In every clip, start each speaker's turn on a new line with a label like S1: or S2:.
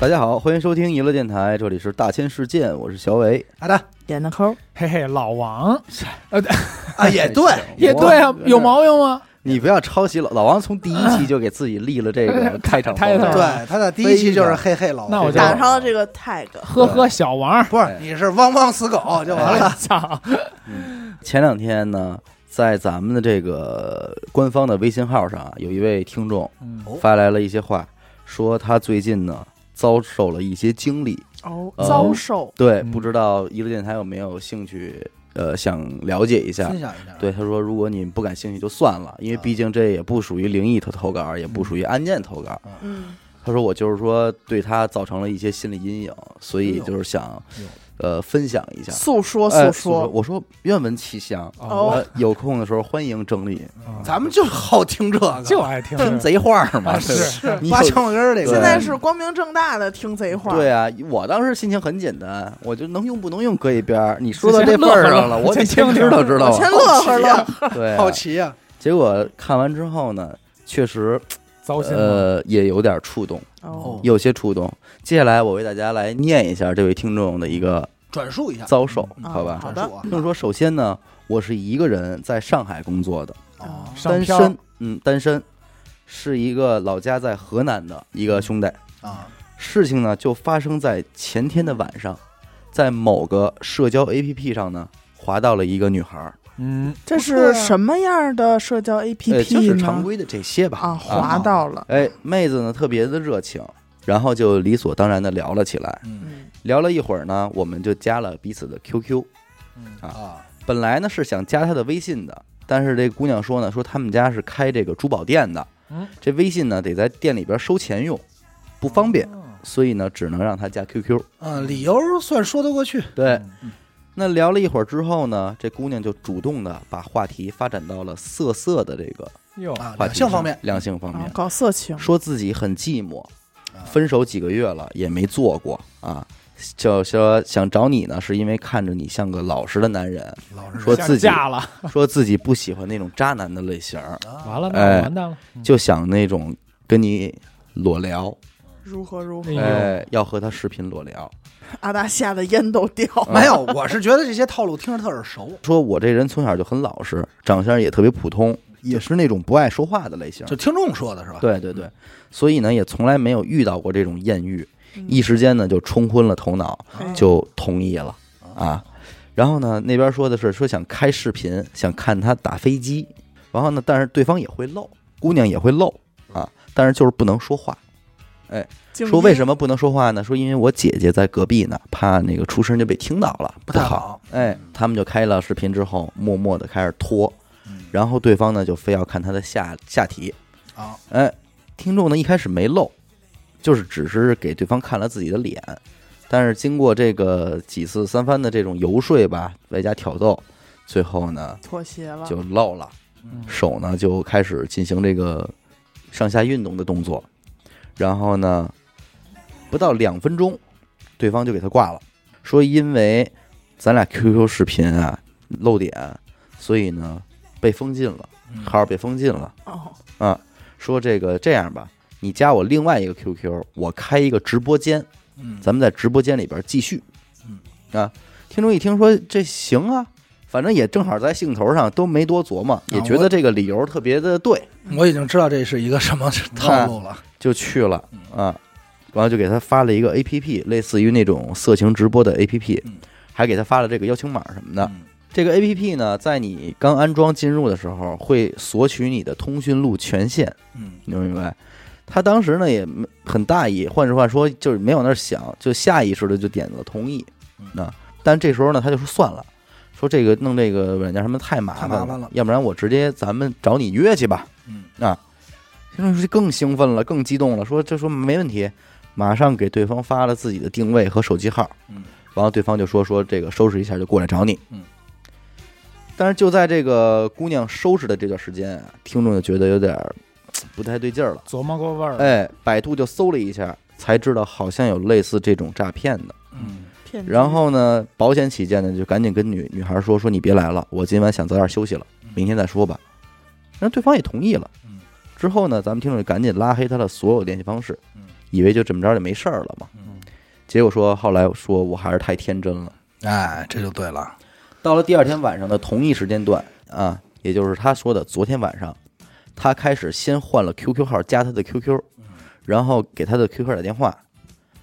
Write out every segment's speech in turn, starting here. S1: 大家好，欢迎收听娱乐电台，这里是大千世界，我是小伟。
S2: 阿达
S3: 点的抠，
S2: 嘿嘿，老王
S1: 啊
S2: 啊
S1: 也对
S2: 也对啊，有毛病吗？
S1: 哎你不要抄袭老老王，从第一期就给自己立了这 个开场啊
S2: 开
S1: 红
S2: 头
S1: 牌
S4: 对，他的第一期就是嘿嘿老王，
S2: 那我就
S3: 打上了这个 tag，
S2: 呵呵，小王，
S4: 不是你是汪汪死狗就
S2: 哎
S4: 完了。
S2: 操，
S1: 前两天呢，在咱们的这个官方的微信号上啊，有一位听众
S2: 嗯
S4: 哦
S1: 发来了一些话，说他最近呢遭受了一些经历，
S3: 哦，
S1: 呃
S3: 遭受，
S1: 对，
S2: 嗯
S1: 不知道娱乐电台有没有兴趣，呃，想了解一下
S2: 嗯
S4: 分。享一下，
S1: 对，他说如果你们不感兴趣就算了，因为毕竟这也不属于灵异投投稿，也不属于案件投稿。
S3: 嗯，
S1: 他说我就是说对他造成了一些心理阴影，所以就是想
S4: 哎呦，
S1: 呃，分享一下。
S3: 诉说
S1: 哎
S3: 诉
S1: 说，
S3: 说，
S1: 我说愿闻其详。
S3: 哦
S1: 呃有空的时候欢迎整理，
S2: 啊
S4: 咱们就好听这个，
S2: 就爱听这
S1: 听 贼话儿嘛，
S2: 啊
S1: 对吧
S2: 是
S1: 你
S4: 挖
S1: 有
S4: 墙根儿这个。
S3: 现在是光明正大的听贼话，
S1: 对啊，我当时心情很简单，我就能用不能用搁一边儿。你说到这份儿上了，我得
S2: 先
S1: 先
S2: 乐呵
S1: 知道知道
S3: 我
S1: 啊。
S3: 先乐呵乐，
S1: 对啊，
S4: 好奇呀，
S1: 结果看完之后呢，确实
S2: 糟心了，
S1: 呃也有点触动，
S3: 哦，
S1: 有些触动。接下来我为大家来念一下这位听众的一个
S4: 转述一下，
S1: 遭受，
S2: 嗯
S3: 啊
S1: 好吧？
S3: 好
S4: 转
S3: 的
S4: 述啊。
S1: 就是说，首先呢，我是一个人在上海工作的，
S4: 哦
S2: 上
S1: 单
S2: 漂
S1: 身，嗯，单身，是一个老家在河南的一个兄弟。
S4: 啊，
S1: 事情呢就发生在前天的晚上，在某个社交 APP 上呢，滑到了一个女孩儿，
S2: 嗯，
S3: 这
S4: 不错
S3: 是
S4: 呀
S3: 什么样的社交
S1: 呃，就
S3: APP
S1: 是常
S3: 呢？
S1: 规的这些吧。
S3: 啊，滑到了，
S1: 哎，妹子呢特别的热情，然后就理所当然的聊了起来。
S4: 嗯
S3: 嗯，
S1: 聊了一会儿呢，我们就加了彼此的 QQ。
S4: 啊，
S1: 本来呢是想加她的微信的，但是这姑娘说呢，说他们家是开这个珠宝店的，
S2: 嗯
S1: 这微信呢得在店里边收钱用，不方便，
S4: 哦
S1: 所以呢只能让她加 QQ。
S4: 嗯，理由算说得过去，
S1: 对，
S2: 嗯
S1: 那聊了一会儿之后呢，这姑娘就主动的把话题发展到了色色的这个
S2: 哟，
S4: 啊，
S1: 话
S4: 两
S1: 题
S4: 性
S1: 上
S4: 方面，
S1: 两性方
S3: 啊
S1: 面，
S3: 搞色情，
S1: 说自己很寂寞，
S4: 啊
S1: 分手几个月了也没做过啊，就说想找你呢，是因为看着你像个老实的男 人，
S4: 老实
S1: 说
S4: 说，
S2: 想
S1: 自己
S2: 嫁了，
S1: 说自己不喜欢那种渣男的类型儿，
S4: 啊
S2: 完了，
S1: 哎
S2: 完蛋了，嗯
S1: 就想那种跟你裸聊，
S3: 如何如何，
S2: 哎呦
S1: 哎，要和他视频裸聊，
S3: 阿达吓得烟都掉
S1: 啊
S3: 了，
S4: 没有，我是觉得这些套路听着特耳熟，
S1: 说我这人从小就很老实，长相也特别普通，也是那种不爱说话的类型，
S4: 就听众说的是吧？
S1: 嗯对对对，所以呢，也从来没有遇到过这种艳遇，
S3: 嗯
S1: 一时间呢就冲昏了头脑，
S3: 哎
S1: 就同意了啊。然后呢，那边说的是说想开视频，想看他打飞机，然后呢，但是对方也会漏，姑娘也会漏啊，但是就是不能说话。
S3: 静音
S1: 说为什么不能说话呢？说因为我姐姐在隔壁呢，怕那个出声就被听到了，
S4: 不
S1: 不
S4: 太
S1: 好。
S4: 好，
S1: 哎，他们就开了视频之后，默默的开始拖，然后对方呢就非要看他的下下体，
S4: 啊，
S1: 哎，听众呢一开始没露，就是只是给对方看了自己的脸，但是经过这个几次三番的这种游说吧，外加挑逗，最后呢
S3: 妥协了？
S1: 就露了，
S2: 嗯
S1: 手呢就开始进行这个上下运动的动作，然后呢，不到两分钟，对方就给他挂了，说因为咱俩 QQ 视频啊露点，所以呢被封禁了，
S4: 嗯
S1: 号儿被封禁了。
S3: 哦，
S1: 啊，说这个这样吧，你加我另外一个 QQ，我开一个直播间，
S4: 嗯，
S1: 咱们在直播间里边继续
S4: 嗯。
S1: 啊，听众一听说这行啊，反正也正好在兴头上，都没多琢磨，
S4: 啊
S1: 也觉得这个理由特别的对，
S4: 我已经知道这是一个什么套路了，
S1: 就去了
S4: 嗯
S1: 啊。完了就给他发了一个 A P P，类似于那种色情直播的 A P P，
S4: 嗯
S1: 还给他发了这个邀请码什么的。
S4: 嗯
S1: 这个 A P P 呢，在你刚安装进入的时候，会索取你的通讯录权限，
S4: 嗯，
S1: 你明白？他当时呢也没很大意，换句话说就是没往那儿想，就下意识的就点了同意
S4: 嗯。
S1: 那但这时候呢，他就说算了，说这个弄这个软件什么太麻
S4: 太
S1: 烦
S4: 麻烦了
S1: 要不然我直接咱们找你约去吧。
S4: 嗯
S1: 啊，听众就更兴奋了，更激动了，说这说没问题，马上给对方发了自己的定位和手机号。
S4: 嗯，
S1: 完了对方就说说这个收拾一下就过来找你。
S4: 嗯。
S1: 但是就在这个姑娘收拾的这段时间啊，听众就觉得有点儿嘖不太对劲儿了。
S2: 琢磨过味
S4: 嗯
S2: 儿，
S1: 哎，百度就搜了一下，才知道好像有类似这种诈骗的。
S4: 嗯
S3: 骗局
S1: 然后呢，保险起见呢，就赶紧跟女女孩说说你别来了，我今晚想早点休息了，明天再说吧。那对方也同意了
S4: 嗯。
S1: 之后呢，咱们听众就赶紧拉黑他的所有联系方式
S4: 嗯，
S1: 以为就这么着就没事儿了嘛。
S4: 嗯
S1: 结果说后来说我还是太天真了。
S4: 哎，这就对了。
S1: 到了第二天晚上的同一时间段啊，也就是他说的昨天晚上，他开始先换了 QQ 号，加他的 QQ，然后给他的 QQ 打电话。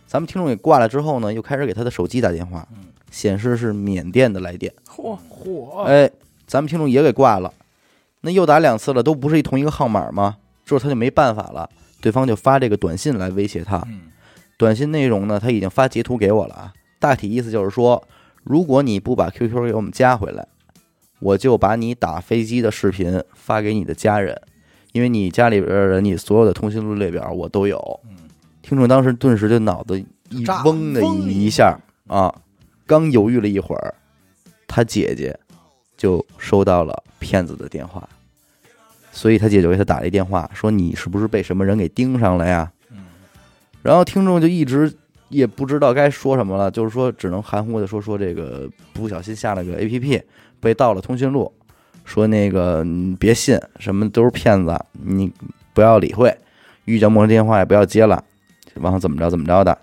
S1: 咱们听众给挂了之后呢，又开始给他的手机打电话
S4: 嗯，
S1: 显示是缅甸的来电。
S3: 嚯，
S2: 嚯，
S1: 哎，咱们听众也给挂了，那又打两次了，都不是同一个号码吗？之后他就没办法了，对方就发这个短信来威胁他。
S4: 嗯，
S1: 短信内容呢，他已经发截图给我了啊，大体意思就是说，如果你不把 QQ 给我们加回来，我就把你打飞机的视频发给你的家人，因为你家里边人，你所有的通讯录列表我都有。听众当时顿时就脑子一
S4: 炸了
S1: 嗡的
S3: 嗡
S1: 一下啊，刚犹豫了一会儿，他姐姐就收到了骗子的电话，所以他姐就给他打了一电话，说你是不是被什么人给盯上了呀？然后听众就一直也不知道该说什么了，就是说只能含糊的说说这个不小心下了个 A P P 被盗了通讯录，说那个你别信，什么都是骗子，你不要理会，遇见陌生电话也不要接了，然后怎么着怎么着的。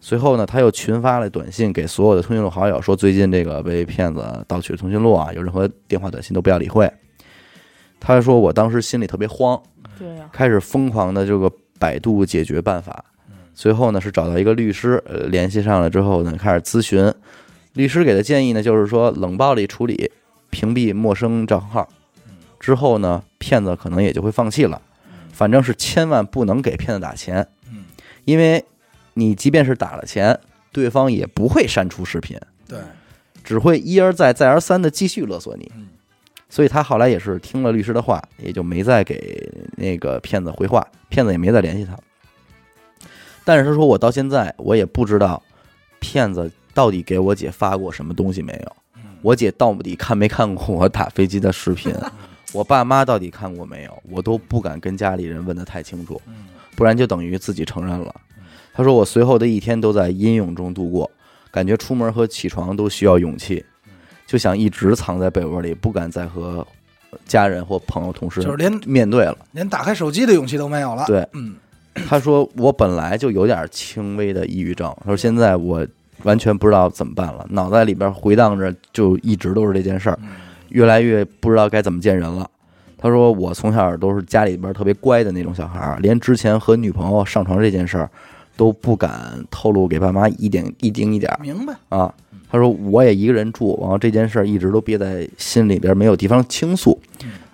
S1: 随后呢，他又群发了短信给所有的通讯录好友，说最近这个被骗子盗取的通讯录啊，有任何电话短信都不要理会。他说我当时心里特别慌，
S3: 对啊呀，
S1: 开始疯狂的这个百度解决办法。随后呢，是找到一个律师，呃，联系上了之后呢，开始咨询。律师给的建议呢，就是说冷暴力处理，屏蔽陌生账号。之后呢，骗子可能也就会放弃了。反正是千万不能给骗子打钱，
S4: 嗯，
S1: 因为你即便是打了钱，对方也不会删除视频，
S4: 对，
S1: 只会一而再、再而三的继续勒索你。
S4: 嗯
S1: 所以他后来也是听了律师的话，也就没再给那个骗子回话，骗子也没再联系他。但是他说我到现在我也不知道骗子到底给我姐发过什么东西没有，
S4: 嗯
S1: 我姐到底看没看过我打飞机的视 频，我爸妈到底看过没有，我都不敢跟家里人问得太清楚，
S4: 嗯
S1: 不然就等于自己承认了。他说我随后的一天都在阴影中度过，感觉出门和起床都需要勇气，
S4: 嗯
S1: 就想一直藏在被窝里，不敢再和家人或朋友、同事
S4: 就是连
S1: 面对了。
S4: 连打开手机的勇气都没有了。
S1: 对，
S4: 嗯，
S1: 他说我本来就有点轻微的抑郁症，他说现在我完全不知道怎么办了，脑袋里边回荡着就一直都是这件事
S4: 嗯
S1: 儿，越来越不知道该怎么见人了。他说我从小都是家里边特别乖的那种小孩儿，连之前和女朋友上床这件事儿都不敢透露给爸妈一点一丁一点儿
S4: 明白。
S1: 啊。他说我也一个人住，然后这件事儿一直都憋在心里边，没有地方倾诉，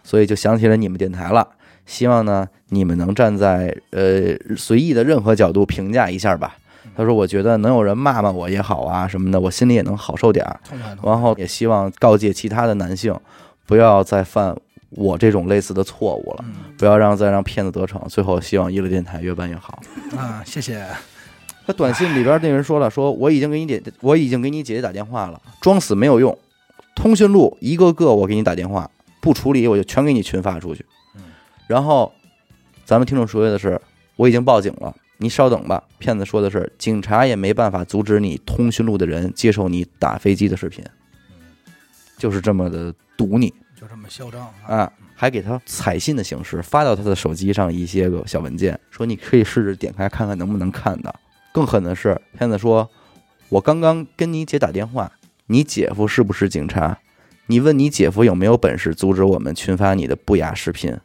S1: 所以就想起了你们电台了。希望呢你们能站在呃随意的任何角度评价一下吧。他说我觉得能有人骂骂我也好啊什么的，我心里也能好受点儿。
S4: 痛快痛快。
S1: 然后也希望告诫其他的男性，不要再犯我这种类似的错误了，
S4: 嗯
S1: 不要让再让骗子得逞。最后，希望一乐电台越办越好。
S4: 啊，谢谢。
S1: 他短信里边那人说了，说我已经给你姐，我已经给你姐姐打电话了，装死没有用，通讯录一个个我给你打电话，不处理我就全给你群发出去
S4: 嗯。
S1: 然后，咱们听众说的是我已经报警了，你稍等吧。骗子说的是警察也没办法阻止你通讯录的人接受你打飞机的视频，就是这么的堵你
S4: 就这么嚣张啊！
S1: 啊。还给他彩信的形式发到他的手机上一些个小文件，说你可以试着点开看看能不能看到。更狠的是，骗子说：“我刚刚跟你姐打电话，你姐夫是不是警察？你问你姐夫有没有本事阻止我们群发你的不雅视频？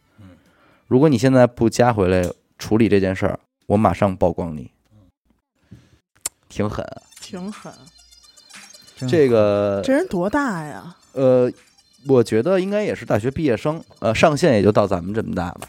S1: 如果你现在不加回来处理这件事儿，我马上曝光你。”挺狠啊，
S3: 挺狠。
S1: 这个
S3: 这人多大呀？
S1: 呃，我觉得应该也是大学毕业生，呃，上限也就到咱们这么大吧。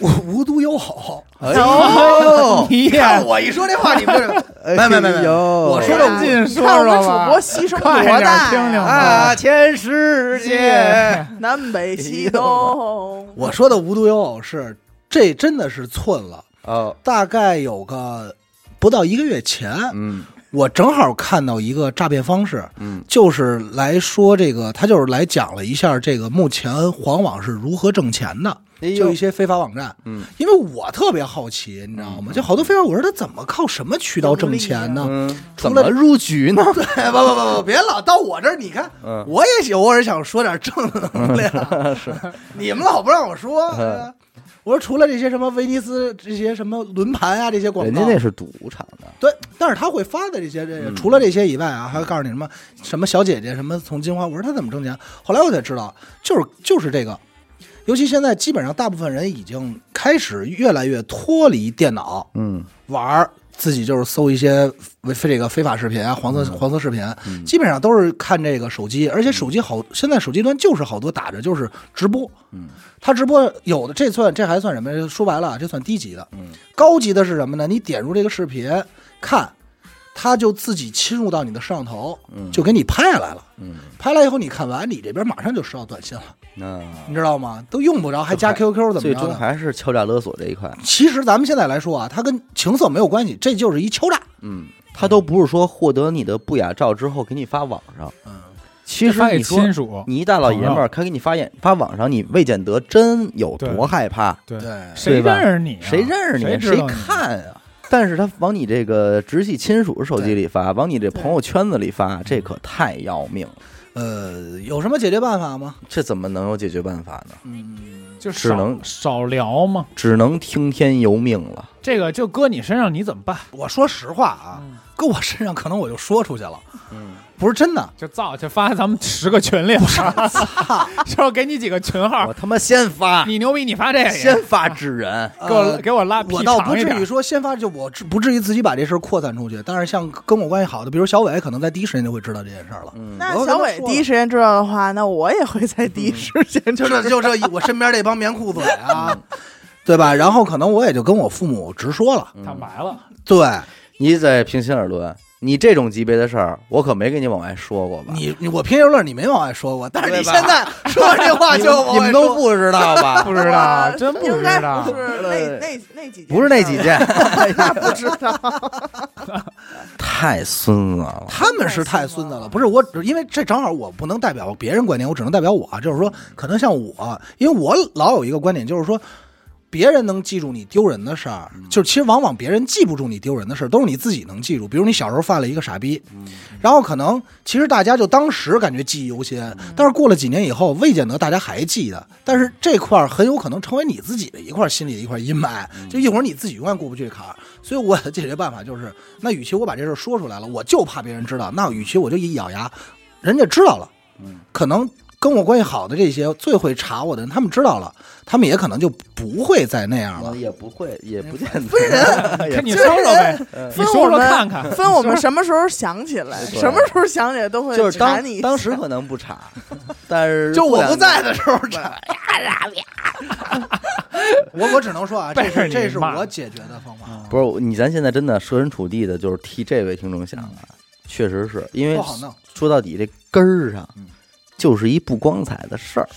S4: 我无独有偶，
S1: 哎
S2: 哦，你也
S4: 看我一说这话，你们就
S1: 没
S4: 没没没没
S1: 呃我
S4: 我说
S2: 的
S3: 对啊呀
S2: 近说
S3: 你看我们
S2: 说吧
S3: 主播牺牲多
S2: 快点
S3: 大
S2: 听听
S4: 啊
S3: 呀？
S1: 大哎啊千世界，
S3: 南北西
S1: 哎
S3: 东，
S4: 我说的无独有偶是这真的是寸了，
S1: 哦，
S4: 大概有个不到一个月前，
S1: 嗯
S4: 我正好看到一个诈骗方式，
S1: 嗯
S4: 就是来说这个，他就是来讲了一下这个目前黄网是如何挣钱的，
S1: 哎呦
S4: 就一些非法网站。
S1: 嗯
S4: 因为我特别好奇，你知道吗？就好多非法，我说他怎么靠什么渠道挣钱呢？
S1: 嗯，
S4: 除
S1: 怎
S4: 了
S1: 么入局 呢？
S4: 哎，不不不不，别老到我这儿，你看，
S1: 嗯
S4: 我 也偶尔想说点正能量，是你们老不让我说。
S1: 嗯
S4: 我说除了这些什么威尼斯这些什么轮盘啊这些广
S1: 人
S4: 告
S1: 家，那是赌场的，
S4: 对，但是他会发的这些这个，
S1: 嗯
S4: 除了这些以外啊，还会告诉你什么什么小姐姐什么从金花，我说他怎么挣钱？后来我才知道，就是就是这个，尤其现在基本上大部分人已经开始越来越脱离电脑
S1: 嗯，
S4: 玩儿，自己就是搜一些违非这个非法视频啊，黄
S1: 嗯
S4: 色黄色视频，基本上都是看这个手机，而且手机好，现在手机端就是好多打着就是直播，
S1: 嗯，
S4: 他直播有的这算这还算什么呀？说白了啊，这算低级的，嗯，高级的是什么呢？你点入这个视频看，他就自己侵入到你的摄像头，
S1: 嗯
S4: 就给你拍下来了，
S1: 嗯，
S4: 拍来以后你看完，你这边马上就收到短信了，
S1: 那
S4: 你知道吗？都用不着还加
S1: 就
S4: QQ 怎么
S1: 最
S4: 着
S1: 终
S4: 的？
S1: 还是敲诈勒索这一块，
S4: 其实咱们现在来说啊，它跟情色没有关系，这就是一敲诈。
S1: 嗯，他都不是说获得你的不雅照之后给你发网上，
S4: 嗯，
S1: 其实
S2: 发给
S1: 你说
S2: 亲属，
S1: 你一大老爷们儿，他给你发眼发网上，你未见得真有多
S2: 对
S1: 害怕，
S2: 对，
S4: 对，
S2: 谁
S1: 对吧
S2: 认识你啊？
S1: 谁认识
S2: 谁
S1: 你，
S2: 知
S1: 谁
S2: 道你
S1: 看啊？但是他往你这个直系亲属手机里发，往你这朋友圈子里发，这可太要命了，
S4: 呃，有什么解决办法吗？嗯
S1: 这怎么能有解决办法呢？
S2: 就
S1: 只
S2: 少
S1: 能
S2: 少聊嘛。
S1: 只能听天由命了。
S2: 这个就搁你身上，你怎么办？
S4: 我说实话啊，搁我身上可能我就说出去了，不是真的。
S2: 就造就发咱们十个群里，然后给你几个群号
S1: 我，他妈先发，
S2: 你牛逼，你发这个也，
S1: 先发制人，
S2: 给我
S4: 呃
S2: 给我拉屁
S4: 我倒
S2: 长
S4: 不
S2: 一
S4: 至
S2: 点
S4: 于说先发就我至不至于自己把这事儿扩散出去，但是像跟我关系好的，比如小伟，可能在第一时间就会知道这件事儿了。
S1: 嗯
S3: 那小伟第一时间知道的话，那我也会在第一时间
S4: 就 这就这我身边这帮棉裤嘴啊，对吧？然后可能我也就跟我父母直说了，
S2: 坦白了，
S4: 对
S1: 你得平心而论，你这种级别的事儿，我可没跟你往外说过吧？
S4: 你你我平时论你没往外说过，但是你
S1: 对吧
S4: 现 在说这话就往外
S1: 你们都
S4: 说
S1: 不知道啊吧？
S2: 不知道，真不
S3: 应
S2: 知
S3: 该
S2: 道
S3: 不，是那那那几件事
S1: 啊
S3: 儿
S1: 不是那几， 件，
S3: 不知道。
S1: 太孙子了。
S4: 他们是太孙子了，不是我，只因为这正好我不能代表别人观点，我只能代表我啊，就是说，可能像我，因为我老有一个观点，就是说，别人能记住你丢人的事儿，就是其实往往别人记不住你丢人的事儿，都是你自己能记住。比如你小时候犯了一个傻逼，然后可能其实大家就当时感觉记忆犹新，但是过了几年以后，未见得大家还记得。但是这块儿很有可能成为你自己的一块心里的一块阴霾，就一会儿你自己永远过不去坎儿。所以我的解决办法就是，那与其我把这事儿说出来了，我就怕别人知道，那与其我就一咬牙，人家知道了，可能跟我关系好的这些最会查我的人，他们知道了，他们也可能就不会再那样了。
S1: 也不会，也不见得。 分
S2: 看你说说呗，你
S3: 分
S2: 说
S3: 我
S2: 说
S3: 们
S2: 看看，
S3: 分我们什么时候想起来，
S1: 对
S3: 什么时候想起来都会
S1: 就是
S3: 查
S1: 当
S3: 你一下
S1: 当时可能不查，但 是
S4: 就我
S1: 两
S4: 不
S1: 年
S4: 在的时候，这啊我我只能说啊，这
S2: 背着
S4: 是
S2: 你
S4: 这是
S2: 骂
S4: 我解决的方法。
S1: 不是你，咱现在真的设身处地的，就是替这位听众想啊，确实是因为
S4: 嗯不好弄
S1: 说到底这根儿上
S4: 嗯，啊
S1: 就是一不光彩的事儿。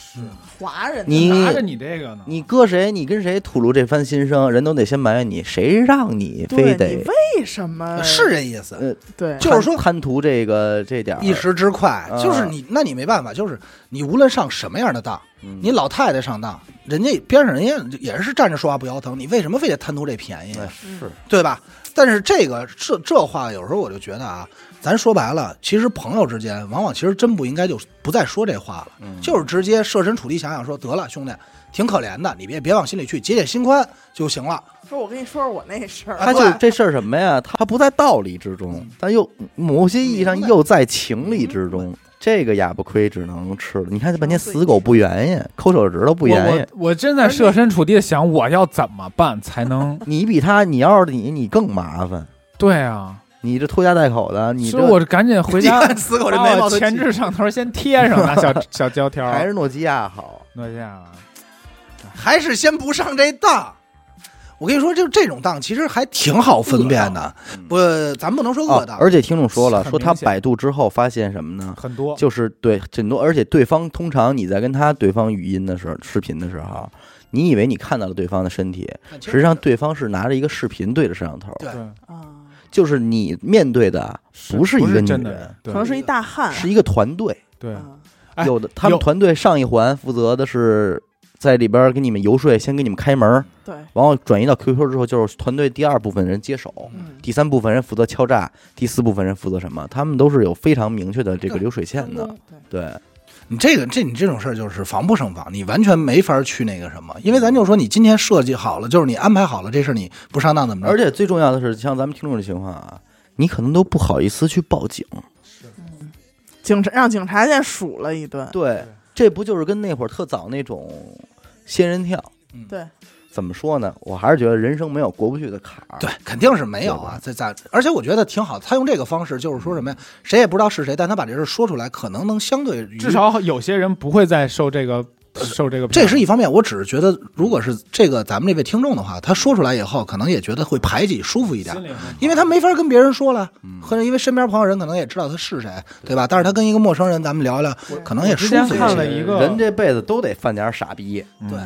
S3: 华人的
S1: 你
S2: 拿着你这个呢，
S1: 你搁谁，你跟谁吐露这番心声，人都得先埋怨你，谁让你非
S3: 对
S1: 得
S3: 你为什么
S4: 是这意思，
S1: 呃
S3: 对
S4: 就是说
S1: 贪贪图这个这点儿
S4: 一时之快，
S1: 啊
S4: 就是你，那你没办法，就是你无论上什么样的当，
S1: 嗯
S4: 你老太太上当，人家边上人家也是站着说话不腰疼，你为什么非得贪图这便宜
S1: 哎
S4: 啊，
S1: 是
S4: 对吧？但是这个这这话有时候我就觉得啊，咱说白了，其实朋友之间往往其实真不应该就不再说这话了，
S1: 嗯
S4: 就是直接设身处地想想说，得了，兄弟，挺可怜的，你别别往心里去，解解心宽就行了。
S3: 说我跟你说说我那事儿，啊
S1: 他就这事儿什么呀？他不在道理之中，但又某些意义上
S4: 嗯明白
S1: 又在情理之中。这个哑巴亏只能吃了。你看这半天
S3: 对
S1: 死狗不圆呀，抠手指头不
S2: 我
S1: 圆呀
S2: 我。我真在设身处地的想，我要怎么办才能？
S1: 你比他，你要是你，你更麻烦。
S2: 对啊，
S1: 你这拖家带口的，你
S2: 是
S1: 这
S2: 我赶紧回家，
S4: 死狗这眉
S2: 把
S4: 毛
S2: 我
S4: 都
S2: 前置摄像头先贴上那小小胶条，
S1: 还是诺基亚好。
S2: 诺基亚。
S4: 还是先不上这当。我跟你说，就这种当其实还挺好分辨的，不，咱不能说恶
S1: 嗯哦
S4: 当，
S1: 而且听众说了，
S2: 很
S1: 说他
S2: 明显
S1: 百度之后发现什么呢？
S2: 很多，
S1: 就是对很多，而且对方通常你在跟他对方语音的时候、视频的时候，你以为你看到了对方的身体，
S4: 但其
S1: 实际上对方是拿着一个视频对着摄像头，
S4: 对
S2: 对，啊
S3: 啊，
S1: 就是你面对的不是一个女
S2: 真的
S1: 人，
S2: 对
S3: 可能是一大汉，
S1: 是一个团队。
S2: 对，
S3: 啊
S2: 哎
S1: 有的他们
S2: 有
S1: 团队上一环负责的是在里边给你们游说，先给你们开门，
S3: 对，
S1: 然后转移到 QQ 之后，就是团队第二部分人接手。
S3: 嗯，
S1: 第三部分人负责敲
S2: 嗯
S1: 诈，第四部分人负责什么？他们都是有非常明确的这个流水线的，
S3: 对，
S1: 对，
S4: 你这个这你这种事儿就是防不胜防，你完全没法去那个什么，因为咱就说你今天设计好了，就是你安排好了这事儿，你不上当怎么着？
S1: 而且最重要的是，像咱们听众的情况啊，你可能都不好意思去报警。
S3: 警察让警察先数了一顿，
S1: 对，这不就是跟那会儿特早那种仙人跳？
S4: 嗯
S3: 对，
S1: 怎么说呢？我还是觉得人生没有过不去的坎儿。
S4: 对，肯定是没有啊，在在，而且我觉得挺好，他用这个方式就是说什么呀？谁也不知道是谁，但他把这事儿说出来，可能能相对于
S2: 至少有些人不会再受这个受这个骗。
S4: 这是一方面，我只是觉得，如果是这个咱们这位听众的话，他说出来以后，可能也觉得会排挤舒服一点，
S2: 心里嗯很
S4: 因为他没法跟别人说了，或者因为身边朋友人可能也知道他是谁，对吧？但是他跟一个陌生人，咱们聊聊，可能也舒
S2: 我
S4: 服
S2: 之
S4: 一
S2: 前看
S4: 些。
S2: 了嗯一个
S1: 人这辈子都得犯点傻逼。
S4: 对，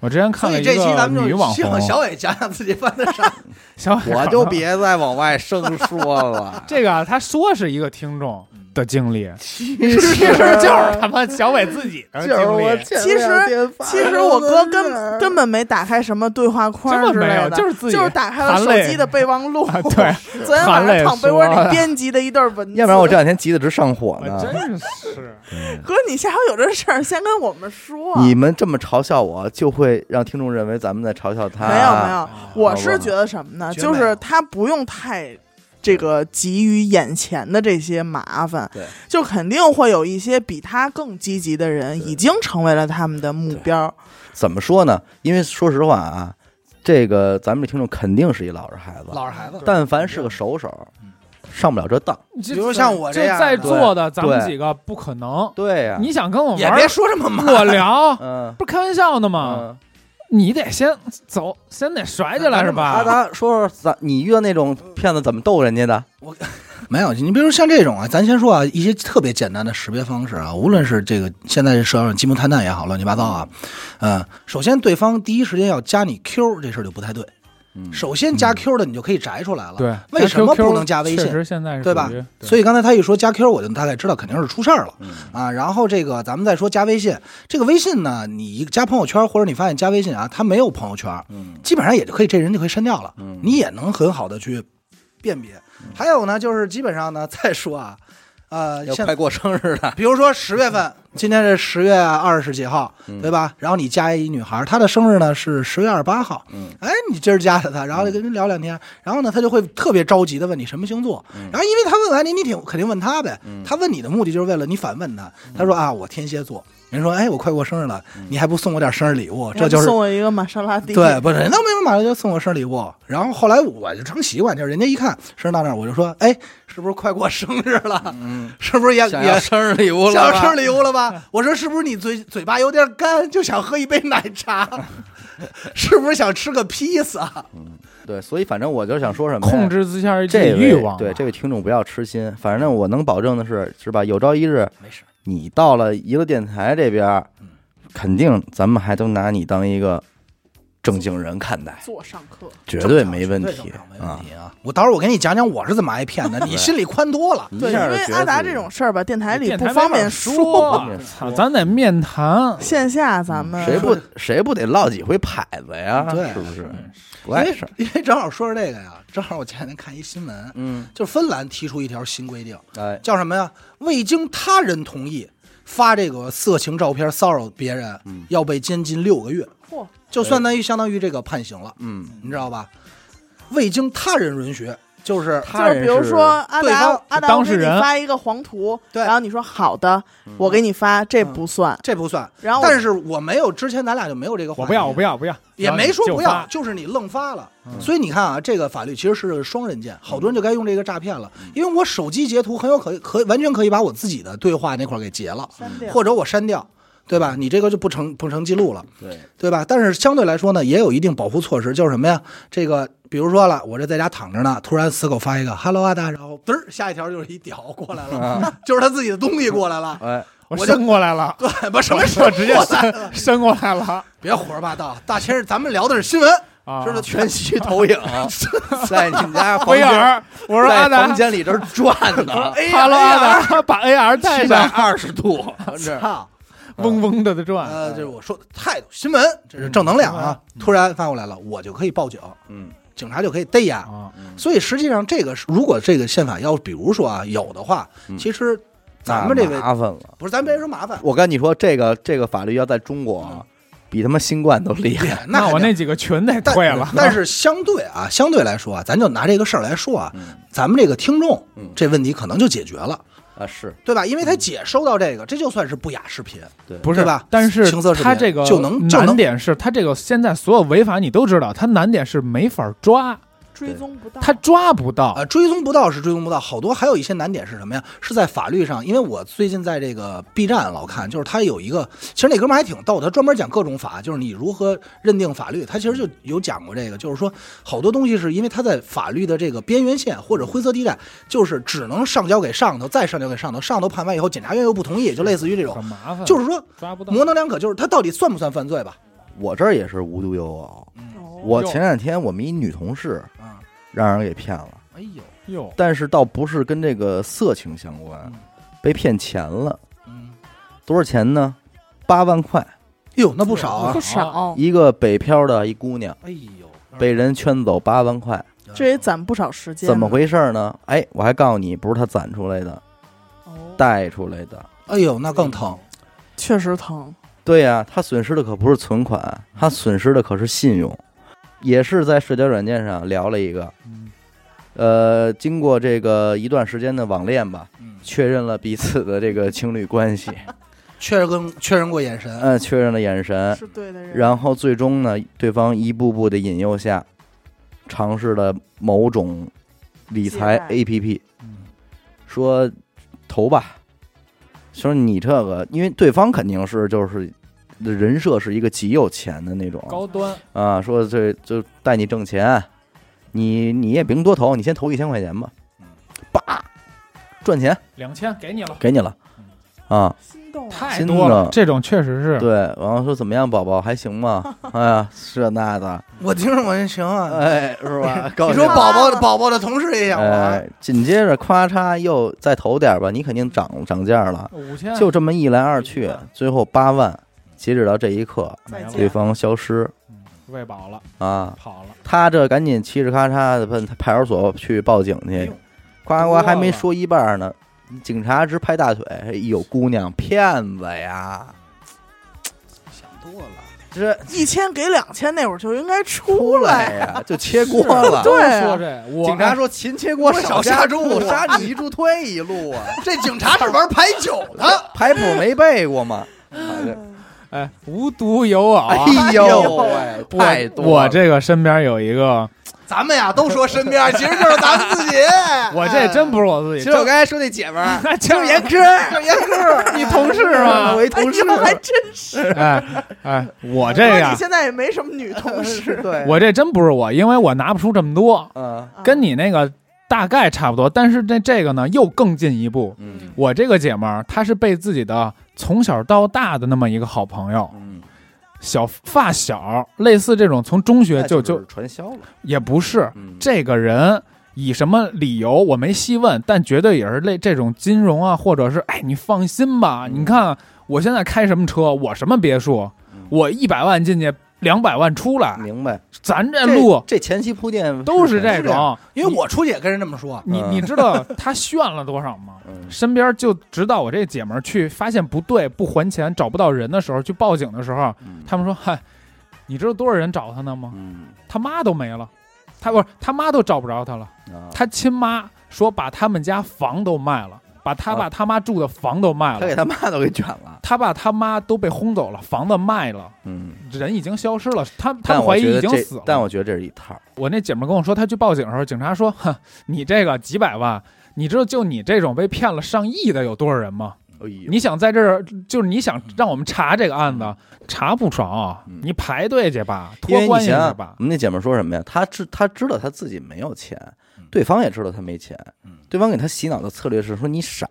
S2: 我之前看
S4: 所
S2: 了
S4: 以
S2: 一
S4: 这期
S2: 个
S4: 咱们
S2: 女
S4: 就
S2: 网
S4: 向
S2: 红，
S4: 小伟讲讲自己犯的傻。
S2: 小海。
S1: 我就别再往外生说了
S2: 这个啊，他说是一个听众的经历，
S1: 其
S2: 其实
S1: 实
S2: 就是他妈小伟自己的
S1: 就
S2: 经
S1: 是我
S2: 历，
S1: 前
S3: 其实
S1: 两天发
S3: 其实我哥
S1: 生的事儿
S3: 根根本没打开什么对话框
S2: 根本
S3: 之
S2: 没有
S3: 类的，
S2: 就是自己
S3: 就是打开了
S2: 含泪
S3: 手机的备忘录。
S2: 啊对，
S3: 昨天晚
S2: 含泪
S3: 上躺被窝
S2: 说
S3: 里编辑的一段文字。
S1: 要不然我这两天急得直上火
S2: 我
S1: 呢。
S2: 真是
S3: 哥，你下回有这事儿先跟我们说。
S1: 你们这么嘲笑我，就会让听众认为咱们在嘲笑他。
S3: 没有没有，我
S1: 好
S3: 是
S1: 吧
S3: 觉得什么呢？
S4: 绝
S3: 就
S4: 美
S3: 是他不用太这个急于眼前的这些麻烦，
S1: 对，
S3: 就肯定会有一些比他更积极的人已经成为了他们的目标。
S1: 怎么说呢？因为说实话啊，这个咱们这听众肯定是一老实嗯孩子，
S4: 老实孩子，
S1: 但凡是个熟手，上不了这当。
S2: 比
S4: 比如像我这
S2: 这
S4: 样的
S2: 在座的咱们
S1: 对
S2: 几个不可能，
S1: 对呀、
S2: 你想跟我
S4: 也
S2: 玩
S4: 别
S2: 儿，
S4: 说这么
S2: 我
S4: 满。
S2: 聊，
S1: 嗯
S2: 不是开玩笑呢吗？
S1: 嗯，
S2: 你得先走，先得甩起来是
S1: 阿
S2: 吧？
S1: 达说说啊咱你遇到那种骗子怎么逗人家的？
S4: 没有，你比如像这种啊，咱先说啊，一些特别简单的识别方式啊，无论是这个现在这社会上鸡毛探探也好，乱七八糟啊，嗯、首先对方第一时间要加你 Q，这事儿就不太对。
S1: 嗯
S4: 首先加 Q 的你就可以摘出来了，
S2: 对，
S4: 为什么
S2: QQ
S4: 不能加微信
S2: 确实现在是
S4: 对吧
S2: 属于？
S4: 所以刚才他一说加 Q，我就大概知道肯定是出事儿了
S1: 嗯
S4: 啊。然后这个咱们再说加微信，这个微信呢，你一加朋友圈或者你发现加微信啊，他没有朋友圈，
S1: 嗯
S4: 基本上也就可以这人就可以删掉了，
S1: 嗯
S4: 你也能很好的去辨别。还有呢，就是基本上呢，再说啊，呃，
S1: 要
S4: 现
S1: 快过生日了，
S4: 比如说十月份，今天是十月二十几号，对吧？然后你加一女孩，她的生日呢是十月二十八号，
S1: 嗯，
S4: 哎，你今儿加的她，然后就跟人聊两天，然后呢，她就会特别着急的问你什么星座，然后因为她问完你，你挺肯定问她呗，她问你的目的就是为了你反问她，她说啊，我天蝎座，人说哎，我快过生日了，你还不送我点生日礼物，这
S3: 人家
S4: 就是
S3: 送我一个玛莎拉蒂，
S4: 对，，不是人都没有马上就送我生日礼物，然后后来我就成习惯，就是人家一看生日到那儿，我就说，哎，是不是快过生日了？
S1: 嗯，
S4: 是不是也
S1: 想
S4: 也
S1: 要生日礼物了，
S4: 想要吃礼物了 吧？我说是不是你嘴嘴巴有点干，就想喝一杯奶茶？ 是不是想吃个披萨？
S1: 对，所以反正我就想说什么呀，
S2: 控制一下自己
S1: 这位
S2: 欲望啊，
S1: 对这位听众不要痴心，反正我能保证的是，是吧？有朝一日
S4: 没事，嗯
S1: 你到了一个电台这边儿，肯定咱们还都拿你当一个正经人看待，
S3: 做上课。
S1: 绝对没问
S4: 正
S1: 题
S4: 常没问
S1: 啊！
S4: 题啊！我到时候我给你讲讲我是怎么挨骗 的，你心里宽多了。
S1: 一
S3: 对，因
S1: 下就
S3: 为
S1: 觉得
S3: 阿达
S1: 自己
S3: 这种事儿吧，电台
S4: 哎
S3: 里
S2: 电
S3: 不
S2: 台
S3: 方
S2: 没法
S3: 便
S2: 说
S1: 不方便说
S2: 啊，咱得面谈。
S3: 线下咱们
S1: 谁不谁不得落几回牌子呀？
S4: 对嗯哎
S1: 是不是？不
S4: 因
S1: 碍
S4: 为
S1: 事儿。
S4: 因为正好说说这个呀，正好我前两天看一新闻，
S1: 嗯，
S4: 就是芬兰提出一条新规定，
S1: 哎，
S4: 叫什么呀？未经他人同意发这个色情照片骚扰别人，要被监禁六个月，
S3: 嚯
S4: 就相当于相当于这个判刑了，
S1: 嗯，
S4: 你知道吧？未经他人允许，就是
S1: 他
S3: 就是
S1: 人
S3: 比如
S1: 是
S3: 说，阿
S4: 对
S3: 达
S4: 方，
S3: 阿达，
S2: 当
S3: 我给
S2: 事
S3: 你
S2: 人
S3: 发一个黄图，
S4: 对
S3: 然后你说好的，我给你发，这
S4: 嗯
S3: 不算。
S4: 这不算。
S3: 然后我
S4: 但是我没有之前咱俩就没有这个话题，
S2: 我不要，我不要，不要，
S4: 也没说不
S2: 然
S4: 要，
S2: 后
S4: 就是你愣发了。
S2: 嗯
S4: 所以你看啊，这个法律其实是个双刃剑，好多人就该用这个诈骗了，
S2: 嗯
S4: 因为我手机截图很有可可完全可以把我自己的对话那块儿给截了，
S3: 删掉
S4: 或者我删掉，对吧？你这个就不成不成记录了。
S1: 对，
S4: 对吧？但是相对来说呢，也有一定保护措施，就是什么呀？这个，比如说了，我这在家躺着呢，突然死狗发一个 “hello 啊阿达”，然后嘚儿下一条就是一屌过来了， 就是他自己的东西过来了。
S1: 哎，
S4: 我
S2: 我
S4: 就
S2: 伸过来 了，
S4: 对，不什么事
S2: 我直接伸伸过来了
S4: 别胡说八道，大千，咱们聊 的是新闻，
S2: 啊！
S1: 知道全息 投 影在你们家房
S2: 威
S1: 间，
S2: 尔，我说阿
S1: 在
S2: 达
S1: 房间里这儿转呢
S4: 哎呀
S2: 哈喽，阿达，把 AR 带
S1: 七百
S2: 上，
S1: 二十度，这
S4: 操！
S2: 嗡嗡的的转。
S4: 啊呃，这是我说的态度，新闻这是正能量啊！突然发过来了，我就可以报警，
S1: 嗯，
S4: 警察就可以逮呀。
S2: 啊，
S4: 所以实际上，这个是如果这个宪法要比如说啊有的话，其实咱们这
S1: 那
S4: 位
S1: 麻烦了。
S4: 不是，咱别说麻烦，
S1: 我跟你说，这个这个法律要在中国啊，比他妈新冠都厉 害。
S4: 那
S2: 我
S4: 肯定
S2: 那几个群得
S4: 但
S2: 退了。
S4: 但是相对啊，相对来说啊，咱就拿这个事儿来说啊，咱们这个听众
S1: 嗯
S4: 这问题可能就解决了，
S1: 啊，是
S4: 对吧？因为他姐收到这个，这就算是不雅视频，
S2: 不是
S4: 对吧
S2: 但是
S4: 情色视频
S2: 他这个
S4: 就能就能
S2: 难点是，他这个现在所有违法你都知道，他难点是没法抓，
S3: 追踪不到
S2: 他抓不到。
S4: 啊，追踪不到是追踪不到，好多还有一些难点是什么呀？是在法律上，因为我最近在这个 B 站老看，就是他有一个，其实那哥们儿还挺逗，他专门讲各种法，就是你如何认定法律，他其实就有讲过这个，就是说好多东西是因为他在法律的这个边缘线或者灰色地带，就是只能上交给上头，再上交给上头，上头判完以后，检察院又不同意，就类似于这种，
S2: 很麻烦，
S4: 就是说
S2: 抓不到。
S4: 模棱两可，就是他到底算不算犯罪吧？嗯
S1: 我这儿也是无独有偶，
S3: 哦
S1: 我前两天我们一女同事
S4: 啊，
S1: 让人给骗了，
S4: 哎呦，
S2: 哟，
S1: 但是倒不是跟这个色情相关
S4: 嗯，
S1: 被骗钱了。
S4: 嗯，
S1: 多少钱呢？八万块，
S4: 哟，那不少啊
S2: 不
S5: 不，
S2: 少
S5: 少，
S1: 一个北漂的一姑娘
S4: 哎呦，
S1: 被人圈走八万块，
S3: 这也攒不少时间呢，
S1: 怎么回事呢？哎，我还告诉你，不是她攒出来的，
S3: 哦？
S1: 带出来的。
S4: 哎呦，那更疼。
S3: 确实疼，
S1: 对呀、他损失的可不是存款，他损失的可是信用。也是在社交软件上聊了一个，
S2: 嗯
S1: 呃，经过这个一段时间的网恋吧，
S4: 嗯
S1: 确认了彼此的这个情侣关系，
S4: 确认确认过眼神，
S1: 嗯，确认了眼神，
S3: 是对的人。
S1: 然后最终呢，对方一步步的引诱下，尝试了某种理财
S3: 借
S1: APP，说投吧，说你这个，因为对方肯定是就是人设是一个极有钱的那种，
S2: 高端
S1: 啊，说这就带你挣钱，你你也甭多投，你先投一千块钱吧，
S4: 嗯
S1: 叭，赚钱
S2: 两千给你了，
S1: 给你了，
S4: 嗯
S1: 啊，
S3: 心动啊，
S2: 太多
S1: 真的
S2: 了，这种确实是。
S1: 对，然后说怎么样，宝宝还行吗？ 哎呀，这那的，
S4: 我听着我也行啊。
S1: 哎，是 吧？高
S4: 你说
S1: 兴
S4: 宝宝宝宝的同事也想玩，
S1: 哎，紧接着咔嚓又再投点吧，你肯定涨涨价了，
S2: 五千
S4: 嗯
S1: 就这么一来二去，最后八万，截止到这一刻，
S2: 没了
S3: 再，
S1: 对
S3: 见
S1: 方消失
S2: 嗯喂饱了，
S1: 啊，
S2: 跑了，
S1: 他这赶紧嘁哧咔嚓的奔派出所去报警去
S2: 哎呦，
S1: 呱呱
S2: 多
S1: 还没
S2: 了
S1: 说一半呢，警察直拍大腿，哎呦姑娘骗子呀，
S4: 想多了。
S1: 这
S3: 一千给两千那会儿就应该
S1: 出
S3: 出
S1: 来
S3: 来，
S1: 呀就切锅了。
S3: 对啊
S2: 都说这我哎
S1: 警察说勤切锅少下注，
S4: 我
S1: 杀你一注退一路啊，
S4: 这警察是玩牌九 的，
S1: 牌谱没背过吗？
S2: 哎，无独有偶啊，
S1: 哎呦喂，
S2: 我
S1: 太多了
S2: 我这个身边有一个，
S4: 咱们呀都说身边， 其实就是咱们自己。
S2: 我这
S3: 哎
S2: 真不是我自
S1: 其
S2: 己，
S1: 实我刚才说那姐们 儿，
S2: 这就是严苛，
S1: 就是严哥，
S2: 你同事 吗
S1: 我一同事，啊
S3: 哎呦还真是。
S2: 哎哎，我
S3: 不
S2: 这
S3: 过你
S2: 个
S3: 现在也没什么 女同事，
S1: 对，
S2: 我这真不是我，因为我拿不出这么多，
S1: 嗯
S3: 啊
S2: 跟你那个大概差不多，但是这这个呢又更进一步。
S1: 嗯
S2: 我这个姐们儿，她是被自己的从小到大的那么一个好朋友、
S1: 嗯，
S2: 小发小，类似这种从中学就
S1: 那
S2: 就是
S1: 传销了，
S2: 也不是
S1: 嗯
S2: 这个人以什么理由我没细问，但绝对也是类这种金融啊，或者是哎你放心吧，
S1: 嗯
S2: 你看我现在开什么车，我什么别墅
S1: 嗯，
S2: 我一百万进去，两百万出来，
S1: 明白。
S2: 咱这
S1: 这
S2: 路
S1: 这前期铺垫
S2: 都是
S1: 谁
S2: 这种，
S4: 因为我出去也跟人这么说，
S2: 你
S1: 嗯
S2: 你知道他炫了多少吗？
S1: 嗯
S2: 身边就直到我这姐们儿去发现不对，不还钱，找不到人的时候，去报警的时候，
S1: 嗯
S2: 他们说：“嗨，你知道多少人找他呢吗？
S1: 嗯
S2: 他妈都没了，他不是他妈都找不着他了，
S1: 啊，
S2: 他亲妈说把他们家房都卖了，把他爸他妈住的房都卖
S1: 啊他给他
S2: 了，
S1: 妈都给卷了，
S2: 他爸他妈都被轰走了，房子卖了，
S1: 嗯。
S2: 人已经消失了，他他
S1: 但
S2: 们
S1: 我
S2: 怀疑
S1: 觉
S2: 已
S1: 得
S2: 经
S1: 这
S2: 死了，。
S1: 但我觉得这是一套儿，
S2: 我那姐们儿跟我说，她去报警的时候，警察说：“哼，你这个几百万，你知道就你这种被骗了上亿的有多少人吗？
S1: 哎呦，
S2: 你想在这儿，就是你想让我们查这个案子，查不着
S1: 嗯，
S2: 你排队去吧，
S1: 因
S2: 托
S1: 为
S2: 关
S1: 你
S2: 系
S1: 想
S2: 去
S1: 想
S2: 吧，
S1: 我。们那姐们儿说什么呀？她知她知道她自己没有钱
S4: 嗯，
S1: 对方也知道她没钱
S4: 嗯，
S1: 对方给她洗脑的策略是说你傻，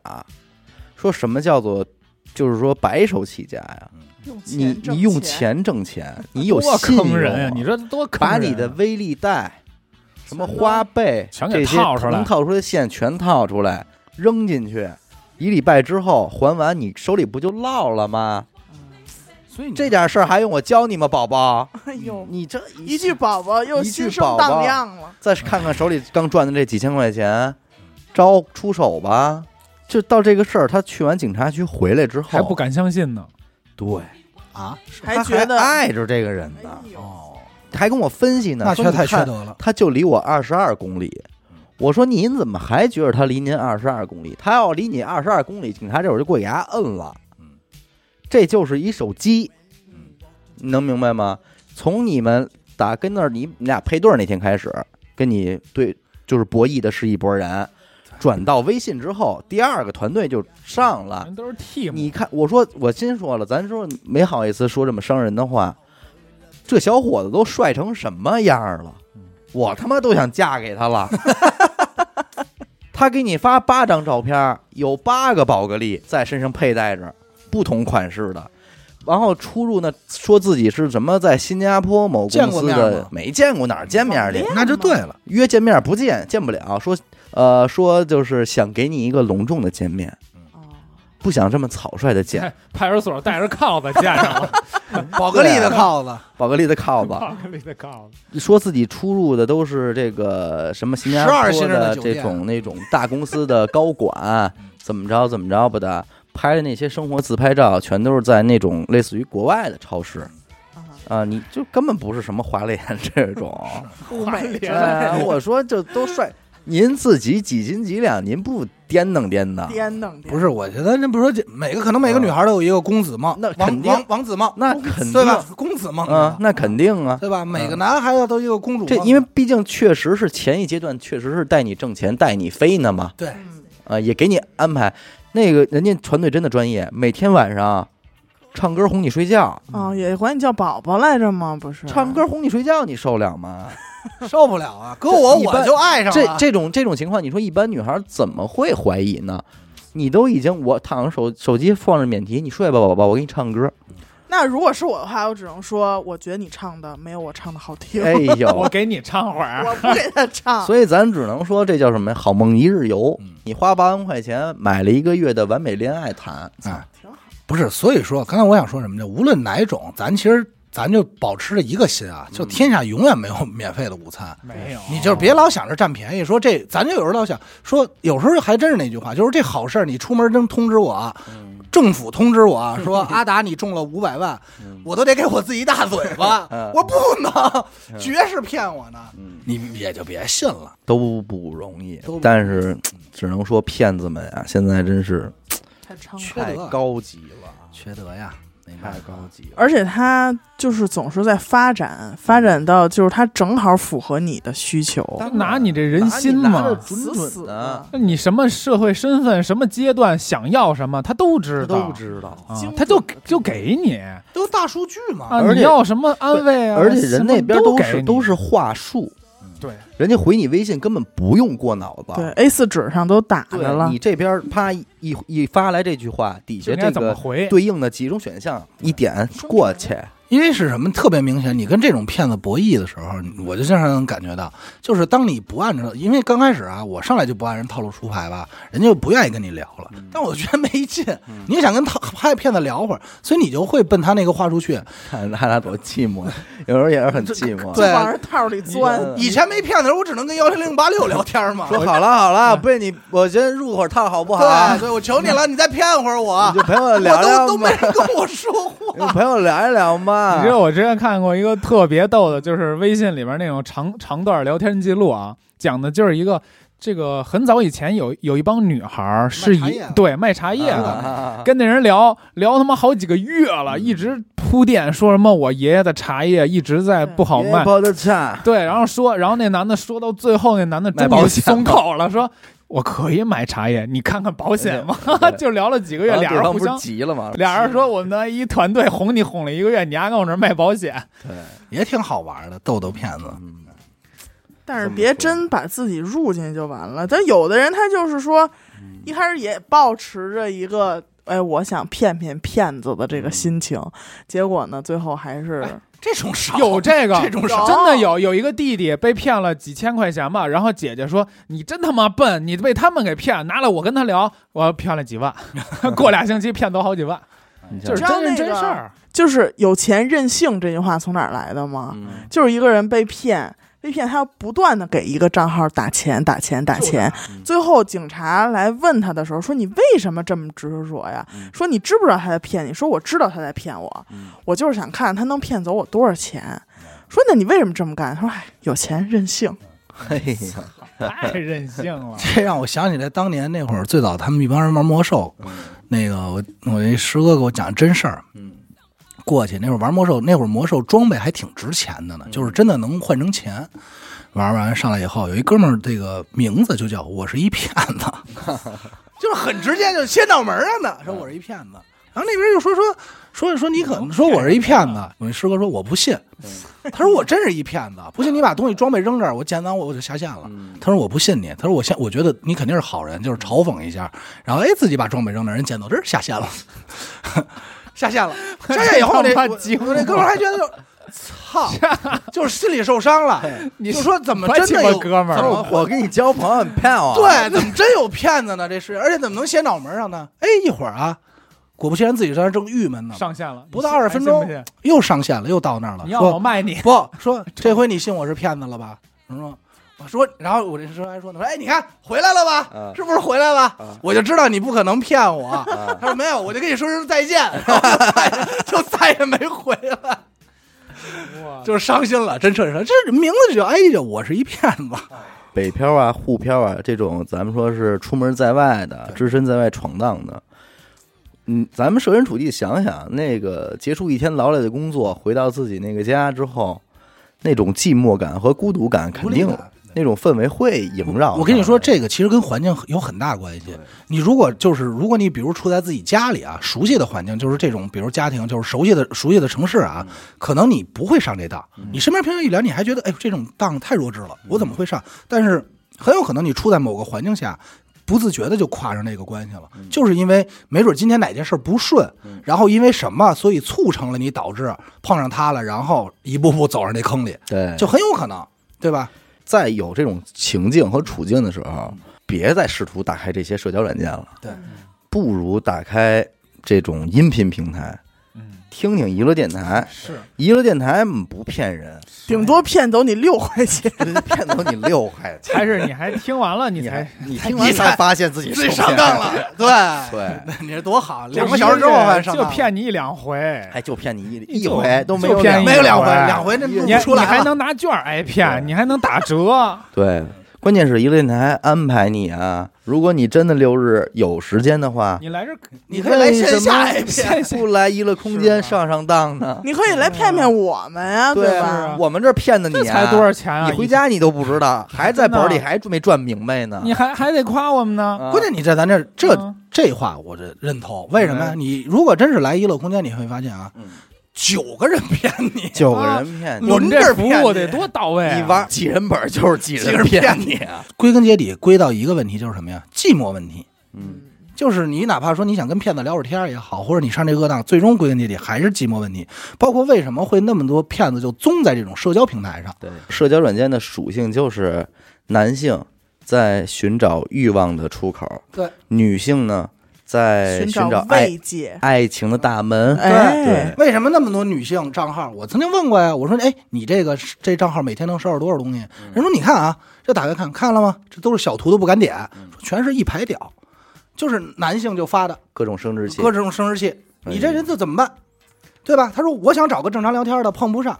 S1: 说什么叫做就是说白手起家呀？
S3: 用钱
S1: 你
S3: 挣
S1: 你用
S3: 钱，
S1: 钱挣 钱，你有
S2: 多
S1: 信
S2: 坑
S1: 用
S2: 人呀！
S1: 啊
S2: 你这多坑人
S1: 把
S2: 啊！
S1: 你的微粒 贷、什么花呗
S2: 全
S1: 这
S2: 给
S1: 些
S2: 套出来
S1: 能套出来的线全套出来，扔进去，一礼拜之后还完，你手里不就落了吗？
S2: 嗯
S4: 所以
S1: 这点事儿还用我教你吗，宝宝？
S3: 哎 呦，
S1: 你这一
S3: 一句宝宝又
S1: 一句
S3: 心生
S1: 宝宝
S3: 荡漾了，
S1: 再看看手里刚赚的这几千块钱，招出手吧。就到这个事儿，他去完警察局回来之后，
S2: 还不敢相信呢。
S1: 对，
S4: 啊，
S1: 他
S3: 还觉得
S1: 爱着这个人呢，
S3: 哎呦
S4: 哦，
S1: 还跟我分析呢，
S4: 那
S1: 说
S4: 确
S1: 你
S4: 太缺
S1: 看
S4: 德了。
S1: 他就离我二十二公里。我说您怎么还觉得他离您二十二公里？他要离你二十二公里，警察这会儿就过去给他摁了。
S4: 嗯
S1: 这就是一手机，
S4: 嗯
S1: 你能明白吗？从你们打跟那儿你你俩配对儿那天开始，跟你对就是博弈的是一拨人，转到微信之后，第二个团队就上了。
S2: 人都是 team，
S1: 啊
S2: 哎
S1: 你看，我说我先说了，咱说没好意思说这么伤人的话，这小伙子都帅成什么样儿了？
S4: 嗯
S1: 我他妈都想嫁给他了。 他给你发八张照片，有八个宝格丽在身上佩戴着，不同款式的。然后出入呢，说自己是什么在新加坡某
S4: 见
S1: 公
S4: 过
S1: 司
S4: 面
S1: 的
S4: 吗，
S1: 没见过哪儿见面去
S3: 见，过
S4: 那就对了，
S1: 约见面不见，见不了。说，呃，说就是想给你一个隆重的见面，
S3: 哦
S1: 不想这么草率的见。
S2: 派派出所带着铐子见上 了，
S4: 宝格丽的铐子，
S1: 宝格丽的铐子，
S2: 铐子里的铐子，
S1: 说自己出入的都是这个什么新加
S4: 12
S1: 坡
S4: 星的
S1: 的
S4: 酒
S1: 这
S4: 店嗯
S1: 种那种大公司的高管，怎么着怎么着吧的，拍的那些生活自拍照，全都是在那种类似于国外的超市
S4: 嗯
S3: 啊，
S1: 啊、你就根本不是什么华联这 种。
S3: 物
S2: 华
S3: 美
S2: 联
S1: 哎我说这都帅，您自己几斤几两，您不颠弄颠弄？
S3: 颠弄颠，
S4: 不是？我觉得那不是说这每个可能每个女孩都有一个公子梦，
S1: 那
S4: 王
S1: 肯定
S4: 王王子梦，
S1: 那肯
S4: 对
S1: 定
S4: 吧？嗯公子梦
S1: 啊，那肯定啊。
S4: 对吧？每个男孩子都有一个公主梦，
S1: 这因为毕竟确实是前一阶段，确实是带你挣钱，带你飞呢嘛。
S4: 对
S3: 嗯
S1: 啊，也给你安排。那个人家团队真的专业，每天晚上唱歌哄你睡觉，
S3: 哦，也管你叫宝宝来着吗？不是，
S1: 嗯
S4: 啊
S1: 唱歌哄你睡觉，你受了吗？
S4: 受不了啊！搁我
S1: 一般
S4: 我就爱上
S1: 这
S4: 了，
S1: 这种这种情况，你说一般女孩怎么会怀疑呢？你都已经我躺着手手机放着免提，你睡吧，宝宝，我给你唱 歌。
S3: 那如果是我的话，我只能说，我觉得你唱的没有我唱的好听，
S1: 哎
S2: 我
S1: 呦，
S2: 给你唱会儿。
S3: 我不给他唱。
S1: 所以咱只能说这叫什么呀？好梦一日游
S4: 嗯。
S1: 你花八万块钱买了一个月的完美恋爱啊谈，
S4: 哎
S3: 挺好，
S4: 不是，所以说刚才我想说什么呢？无论哪种，咱其实咱就保持着一个心啊，就天下永远没有免费的午餐。
S2: 没有，
S4: 你就别老想着占便宜，说这咱就有时候老想说，有时候还真是那句话，就是这好事儿你出门真通知我啊，政府通知我 啊，说阿达你中了五百万，我都得给我自己一大嘴巴
S1: 嗯，
S4: 我不能，绝是骗我呢
S1: 嗯，
S4: 你也就别信了。
S1: 都不容易
S4: 都不容易。
S1: 但是只能说骗子们啊，现在真是
S3: 他唱
S4: 缺
S3: 歌，
S1: 太
S4: 德啊
S1: 高级了。
S4: 缺德呀，没办
S1: 太
S4: 法
S1: 高级了，
S3: 而且他就是总是在发展，发展到就是他正好符合你的需求。
S2: 他拿你这人心
S1: 拿
S2: 嘛
S1: 着。
S3: 死死的，
S2: 那你什么社会身份、什么阶段想要什么，他都知道，
S1: 都知道。
S2: 啊
S3: 精，
S2: 他就
S3: 准的
S2: 就给你
S4: 都大数据嘛，
S2: 啊，
S1: 而且
S2: 你要什么安慰啊？
S1: 而且人那边
S2: 什么都
S1: 是
S2: 给你
S1: 都是话术，
S2: 对，
S1: 人家回你微信根本不用过脑子。
S3: 对 A 四纸上都打
S1: 对，
S3: 着了
S1: 你，这边啪一一一发来这句话，底
S2: 就
S1: 下
S2: 应该
S1: 这
S2: 怎么
S1: 个
S2: 回？
S1: 对应的几种选项一点过去，
S4: 因为是什么特别明显，你跟这种骗子博弈的时候，我就经常能感觉到，就是当你不按照，因为刚开始啊，我上来就不按人套路出牌吧，人家就不愿意跟你聊了，但我觉得没劲，你就想跟他拍骗子聊会儿，所以你就会奔他那个话术去。
S1: 看他俩多寂寞，有时候也是很寂寞。
S3: 就
S4: 对
S3: 往人套里钻。
S1: 嗯
S4: 以前没骗子的时候，我只能跟幺零零八六聊天嘛，
S1: 说好了好了，被你我先入会儿套好不好？
S4: 对，所以我求你了，你再骗会儿 我，
S1: 你就陪我聊
S4: 我都
S1: 聊
S4: 都没
S1: 嘛，
S4: 人跟我说话。
S1: 你陪我聊一聊嘛
S2: 你知。道我之前看过一个特别逗的，就是微信里边那种长长段聊天记录啊，讲的就是一个这个很早以前有有一帮女孩儿是
S4: 卖茶
S2: 以
S4: 叶的
S2: 对卖茶叶的。
S1: 啊嗯
S2: 跟那人聊聊他妈好几个月了，一直铺垫说什么我爷爷的茶叶一直在不好卖，
S1: 包的差，
S2: 对，然后说，然后那男的说到最后，那男的
S1: 买
S2: 终
S1: 保
S2: 于
S1: 险
S2: 松口了，说我可以买茶叶，你看看保险吗？ 就聊了几个月，
S1: 然后
S2: 俩
S1: 对
S2: 人
S1: 方
S2: 互
S1: 不是
S2: 相，
S1: 急了吗？
S2: 俩人说我们的一团队哄你哄了一个月，你还跟我这儿卖保 险，
S1: 对，
S4: 也挺好玩的，逗逗骗子。
S1: 嗯
S3: 但是别真把自己入进去就完了。但有的人他就是说，
S1: 嗯
S3: 一开始也抱持着一个哎，我想骗骗骗子的
S1: 嗯
S3: 这个心情，结果呢，最后还是
S1: 哎
S4: 这种少
S2: 有这个
S4: 这种
S3: 有
S4: 少，。
S2: 真的有有一个弟弟被骗了几千块钱吧，然后姐姐说你真他妈笨，你被他们给骗，拿了我跟他聊，我骗了几万，过俩星期骗走好几万，
S1: 你像
S2: 就是真人
S3: 你知道那
S2: 真
S3: 个
S2: 事儿，
S3: 就是有钱任性这句话从哪儿来的吗？
S1: 嗯
S3: 就是一个人被骗，被骗，他要不断的给一个账号打钱、打钱、打钱。
S1: 嗯
S3: 最后警察来问他的时候，说你为什么这么执着呀？
S1: 嗯
S3: 说你知不知道他在骗你？说我知道他在骗我，
S1: 嗯
S3: 我就是想看他能骗走我多少钱。说那你为什么这么干？他说哎，有钱任性。
S1: 嘿哎呀，
S2: 太任性了
S4: 这让我想起来当年那会儿，最早他们一帮人玩魔兽，那个我我那师哥给我讲真事儿，
S1: 嗯
S4: 过去那会儿玩魔兽，那会儿魔兽装备还挺值钱的呢，就是真的能换成钱。玩完上来以后，有一哥们儿，这个名字就叫我是一骗子，就是很直接，就先到门上的说我是一骗子。然后那边就说说说说你可能说我是一骗子，我那师哥说我不信，他说我真是一骗子，不信你把东西装备扔这儿，我捡完我我就下线了。
S1: 嗯，
S4: 他说我不信你，他说我现我觉得你肯定是好人，就是嘲讽一下，然后哎自己把装备扔那儿，人捡到这儿下 线了，下线了， 下线以 后那
S2: 他妈
S4: 我
S2: 惊
S4: 我那哥们儿还觉得 就。操，就是心里受伤 了。
S2: 你
S4: 就说怎么
S2: 别
S4: 真
S2: 鸡
S4: 的
S2: 巴
S4: 有
S2: 哥们
S4: 怎
S2: 儿
S4: 么
S2: 了，
S1: 我跟你交朋友，你骗我？
S4: 对，怎么真有骗子呢？这是，而且怎么能写脑门上呢？哎，一会儿啊，果不其然，自己在那儿正郁闷呢，
S2: 上线了，
S4: 不到20分钟
S2: 你信不信
S4: 又上线了，又到那儿了。
S2: 你
S4: 说。
S2: 要我卖你，
S4: 不说这回你信我是骗子了吧？我说我说，然后我这时候还说呢，我说哎，你看回来了吧？
S1: 嗯
S4: 是不是回来了？
S1: 嗯
S4: 我就知道你不可能骗我。
S1: 啊，
S4: 他说没有，我就跟你说声再见，然后就再也就再也没回来，
S2: 就
S4: 就是伤心了，真彻底伤心。这名字就哎呀，我是一骗子，
S1: 北漂啊、沪漂啊这种，咱们说是出门在外的、只身在外闯荡的。嗯，咱们设身处地想想，那个结束一天劳累的工作，回到自己那个家之后，那种寂寞感和孤独感，肯
S4: 无力
S1: 定
S4: 感
S1: 那种氛围会萦绕。
S4: 我跟你说，，这个其实跟环境有很大关系。你如果就是如果你比如处在自己家里啊，熟悉的环境就是这种，比如家庭就是熟悉的熟悉的城市啊，可能你不会上这当。你身边朋友一聊，你还觉得哎呦这种当太弱智了，我怎么会上？但是很有可能你处在某个环境下。不自觉的就跨上这个关系了，就是因为没准今天哪件事儿不顺，然后因为什么，所以促成了你导致碰上他了，然后一步步走上这坑里，
S1: 对，
S4: 就很有可能，对吧？
S1: 在有这种情境和处境的时候，别再试图打开这些社交软件了。
S4: 对，
S1: 不如打开这种音频平台，
S2: 嗯
S1: 听听娱乐电台。
S2: 是
S1: 娱乐电台嗯不骗人，
S3: 顶多骗走你六 块钱。
S1: 骗走你六块钱。
S2: 还是你还听完了，你
S1: 你还
S2: 才
S1: 你听完才发现自己
S4: 自己
S1: 受
S4: 上
S1: 骗
S4: 当， 了，对
S1: 对，
S4: 你这多好，两
S2: 就
S4: 个
S2: 是
S4: 小时之后还上
S2: 就
S4: 当了
S2: 骗你一两回，
S1: 还就骗你一
S2: 一
S1: 一回都没有
S2: 就骗
S1: 两
S2: 你
S4: 没有两回，
S2: 一
S4: 两回那弄
S2: 你
S4: 不出
S2: 你
S4: 来了
S2: 还能拿券儿挨骗，你还能打折，
S1: 对。关键是娱乐电台安排你啊，如果你真的六日有时间的话，
S2: 你来这儿
S4: 你可以来线下
S1: 为
S4: 挨骗，
S1: 不来娱乐空间
S2: 是吧啊
S1: 上上当呢？
S3: 你可以来骗骗我们呀，
S1: 对
S3: 吧？
S2: 是啊
S1: 我们这儿骗的你
S2: 这
S1: 啊
S2: 才多少钱啊？
S1: 你回家你都不知道，还在本儿里
S2: 真的
S1: 还没赚明白呢。
S2: 你还还得夸我们呢，
S1: 啊
S4: 关键你在咱这儿这
S2: 嗯
S4: 这话我这认同，为什么呀？你如果真是来娱乐空间，你会发现啊
S1: 嗯，
S4: 九个人骗你，
S1: 九个人骗你，
S2: 啊我们这服务
S4: 我们这儿骗
S2: 得
S4: 你
S2: 多到位啊！
S1: 你玩几人本儿就是几
S4: 几
S1: 人
S4: 人骗
S1: 你
S4: 你
S1: 啊。
S4: 归根结底归到一个问题，就是什么呀？寂寞问题。
S1: 嗯，
S4: 就是你哪怕说你想跟骗子聊会儿天儿也好，或者你上这恶当，最终归根结底还是寂寞问题。包括为什么会那么多骗子就宗在这种社交平台上，
S1: 对，社交软件的属性就是男性在寻找欲望的出口，
S4: 对，
S1: 女性呢
S4: 哎
S1: 在
S3: 寻
S1: 寻找爱
S3: 慰藉。
S1: 爱情的大门。
S3: 哎
S1: 对，
S4: 为什么那么多女性账号？我曾经问过呀，我说，哎，你这个这账号每天能收拾多少东西？
S1: 嗯
S4: 人说，你看啊，这打开看看了吗？这都是小图都不敢点，
S1: 嗯
S4: 说全是一排屌，就是男性就发的
S1: 各种生殖器
S4: 各，种生殖器，
S1: 哎
S4: 你这人就怎么办？对吧？他说，我想找个正常聊天的，碰不上。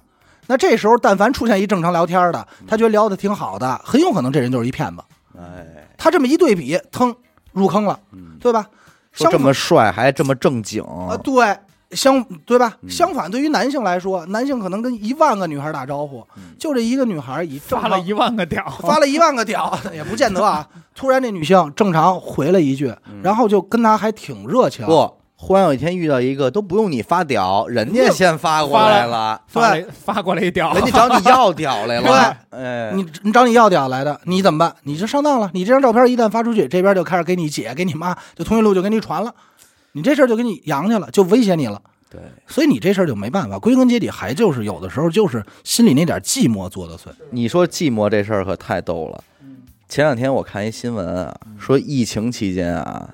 S4: 那这时候，但凡出现一正常聊天的，
S1: 嗯
S4: 他觉得聊的挺好的，很有可能这人就是一骗子。
S1: 哎，
S4: 他这么一对比，腾入坑了，
S1: 嗯
S4: 对吧？
S1: 说这
S4: 相
S1: 么帅还这么正经，
S4: 啊，对，相对吧？
S1: 嗯
S4: 相反，对于男性来说，男性可能跟一万个女孩打招呼，
S1: 嗯
S4: 就这一个女孩以正
S2: 发
S4: 常
S2: 了一万个屌，
S4: 发了一万个屌， 也不见得啊。突然这女性正常回了一句，
S1: 嗯
S4: 然后就跟他还挺热情。
S1: 不，忽然有一天遇到一个都不用你发屌，人家先发过来了，
S2: 发了发过来一屌，
S1: 人家找你要屌来了，哎，
S4: 你你找你要屌来的，你怎么办？你就上当了。你这张照片一旦发出去，这边就开始给你姐、给你妈，就通讯录就给你传了，你这事儿就给你扬去了，就威胁你了。
S1: 对，
S4: 所以你这事儿就没办法。归根结底，还就是有的时候就是心里那点寂寞作的祟。
S1: 你说寂寞这事儿可太逗了。前两天我看一新闻啊，说疫情期间啊，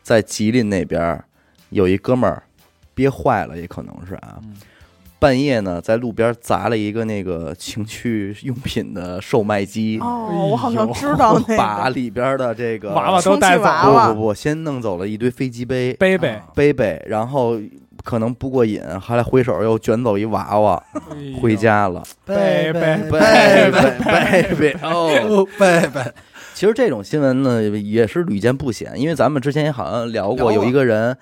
S1: 在吉林那边儿有一哥们儿憋坏了，也可能是啊，半夜呢在路边砸了一个那个情趣用品的售卖机，
S3: 哦，我好像知道
S1: 哎把
S3: 那个，
S1: 里边的这个
S2: 娃娃都
S3: 充气
S2: 带走哎
S3: 娃
S1: 不
S3: 娃
S1: 不不，先弄走了一堆飞机杯
S2: 贝贝，
S1: 杯杯，然后可能不过瘾，后来挥手又卷走一娃娃回家了。
S2: 贝贝
S4: 贝
S1: 贝
S4: 贝
S1: 贝贝哦，
S4: 哦贝贝，
S1: 其实这种新闻呢也是屡见不鲜，因为咱们之前也好像聊
S4: 聊
S1: 过，
S4: 过
S1: 有一个人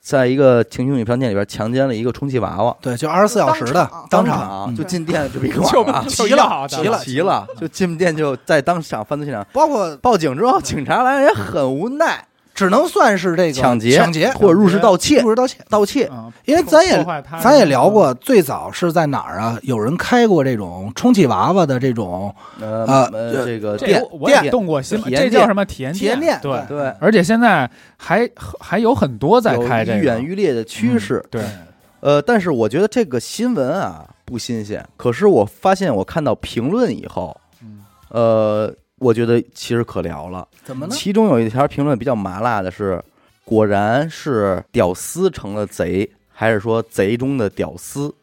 S1: 在一个情趣用品商店里边强奸了一个充气娃娃，
S4: 对，就二十四小时的
S3: 当
S4: 当
S1: 场啊
S4: 场，嗯
S1: 就进店就被
S2: 就
S1: 抓
S2: 就
S4: 齐了
S2: 要
S4: 齐
S2: 当
S4: 了
S2: 时
S1: 急了，就进店就在当场犯罪现场
S4: 包括
S1: 报警之后，警察来也很无奈，
S4: 只能算是这个
S1: 抢
S4: 劫、
S1: 劫
S4: 抢劫
S1: 或者入室盗窃
S4: 入、室盗窃、盗窃。
S2: 嗯
S4: 因为咱也
S2: 破坏他人
S4: 咱也聊过，最早是在哪儿啊？有人开过这种充气娃娃的这种，
S1: 呃
S4: 啊
S1: 呃这个
S2: 这
S1: 店
S2: 我我也
S1: 店
S2: 动过心，
S1: 体验
S2: 这
S1: 店
S2: 叫什么体验
S4: 体验店
S2: 对，
S1: 对
S2: 而且现在还还有很多在
S1: 有
S2: 开这个，嗯
S1: 愈演愈烈的趋势。
S2: 对，
S1: 呃，但是我觉得这个新闻啊不新鲜，可是我发现我看到评论以后，
S2: 嗯
S1: 呃，我觉得其实可聊了。
S4: 怎么呢？
S1: 其中有一条评论比较麻辣的是，果然是屌丝成了贼，还是说贼中的屌丝？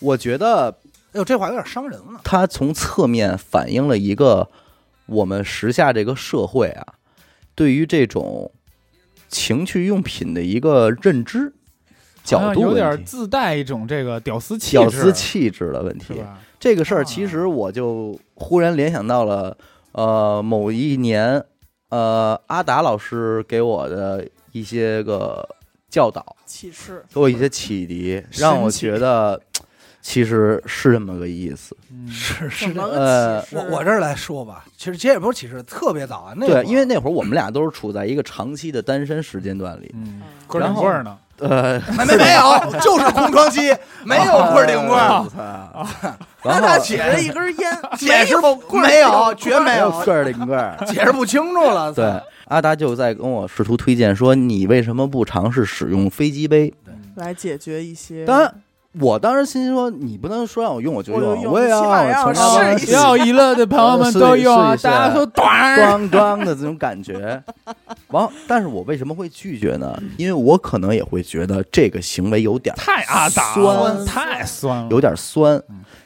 S1: 我觉得
S4: 哎呦，这话有点伤人了。
S1: 它从侧面反映了一个我们时下这个社会啊，对于这种情趣用品的一个认知角
S2: 好像
S1: 度
S2: 有点
S1: 问题，
S2: 自带一种这个屌丝气质，
S1: 屌丝气质的问
S2: 是
S1: 题。
S2: 吧？
S1: 这个事
S2: 啊
S1: 儿其实我就忽然联想到了，呃，某一年，呃，阿达老师给我的一些个教导，
S3: 启示
S1: 给我一些启迪，让我
S2: 神奇
S1: 觉得其实是这么个意思。
S2: 嗯
S4: 是
S3: 怎
S4: 是
S3: 么
S4: 的，呃
S3: 个启示？
S4: 我我这儿来说吧，其实其实也不是歧视，特别早啊。那会儿
S1: 对，因为那会儿我们俩都是处在一个长期的单身时间段里，
S2: 嗯，
S3: 嗯
S2: 棍儿
S1: 然
S2: 顶
S1: 后
S2: 棍儿呢？
S1: 呃，
S4: 没没没有，就是空窗期，没有棍儿
S1: 哎
S4: 啊顶棍儿，
S1: 儿，
S4: 那
S1: 然
S4: 大
S1: 后
S4: 姐
S3: 指着一根烟，
S4: 解释
S3: 棍儿
S4: 没有，
S3: 顶
S4: 绝没
S1: 有
S4: 有，
S1: 棍儿顶棍儿。
S4: 解释不清楚了。
S1: 对，阿达就在跟我试图推荐说，你为什么不尝试使用飞机杯？
S3: 来解决一些。
S1: 当然，我当时心说，你不能说让我用我就
S3: 我就
S1: 用，
S3: 用
S1: 也
S3: 起码让
S1: 要
S3: 我
S1: 从
S3: 试
S1: 那
S3: 一
S1: 边
S3: 试
S2: 只啊要娱乐的朋友们都用啊，
S1: 试一试
S2: 大家都短儿，
S1: 咣咣的这种感觉。完，但是我为什么会拒绝呢？因为我可能也会觉得这个行为有点
S2: 太阿达了，
S1: 酸
S2: 太酸了，
S1: 有点酸，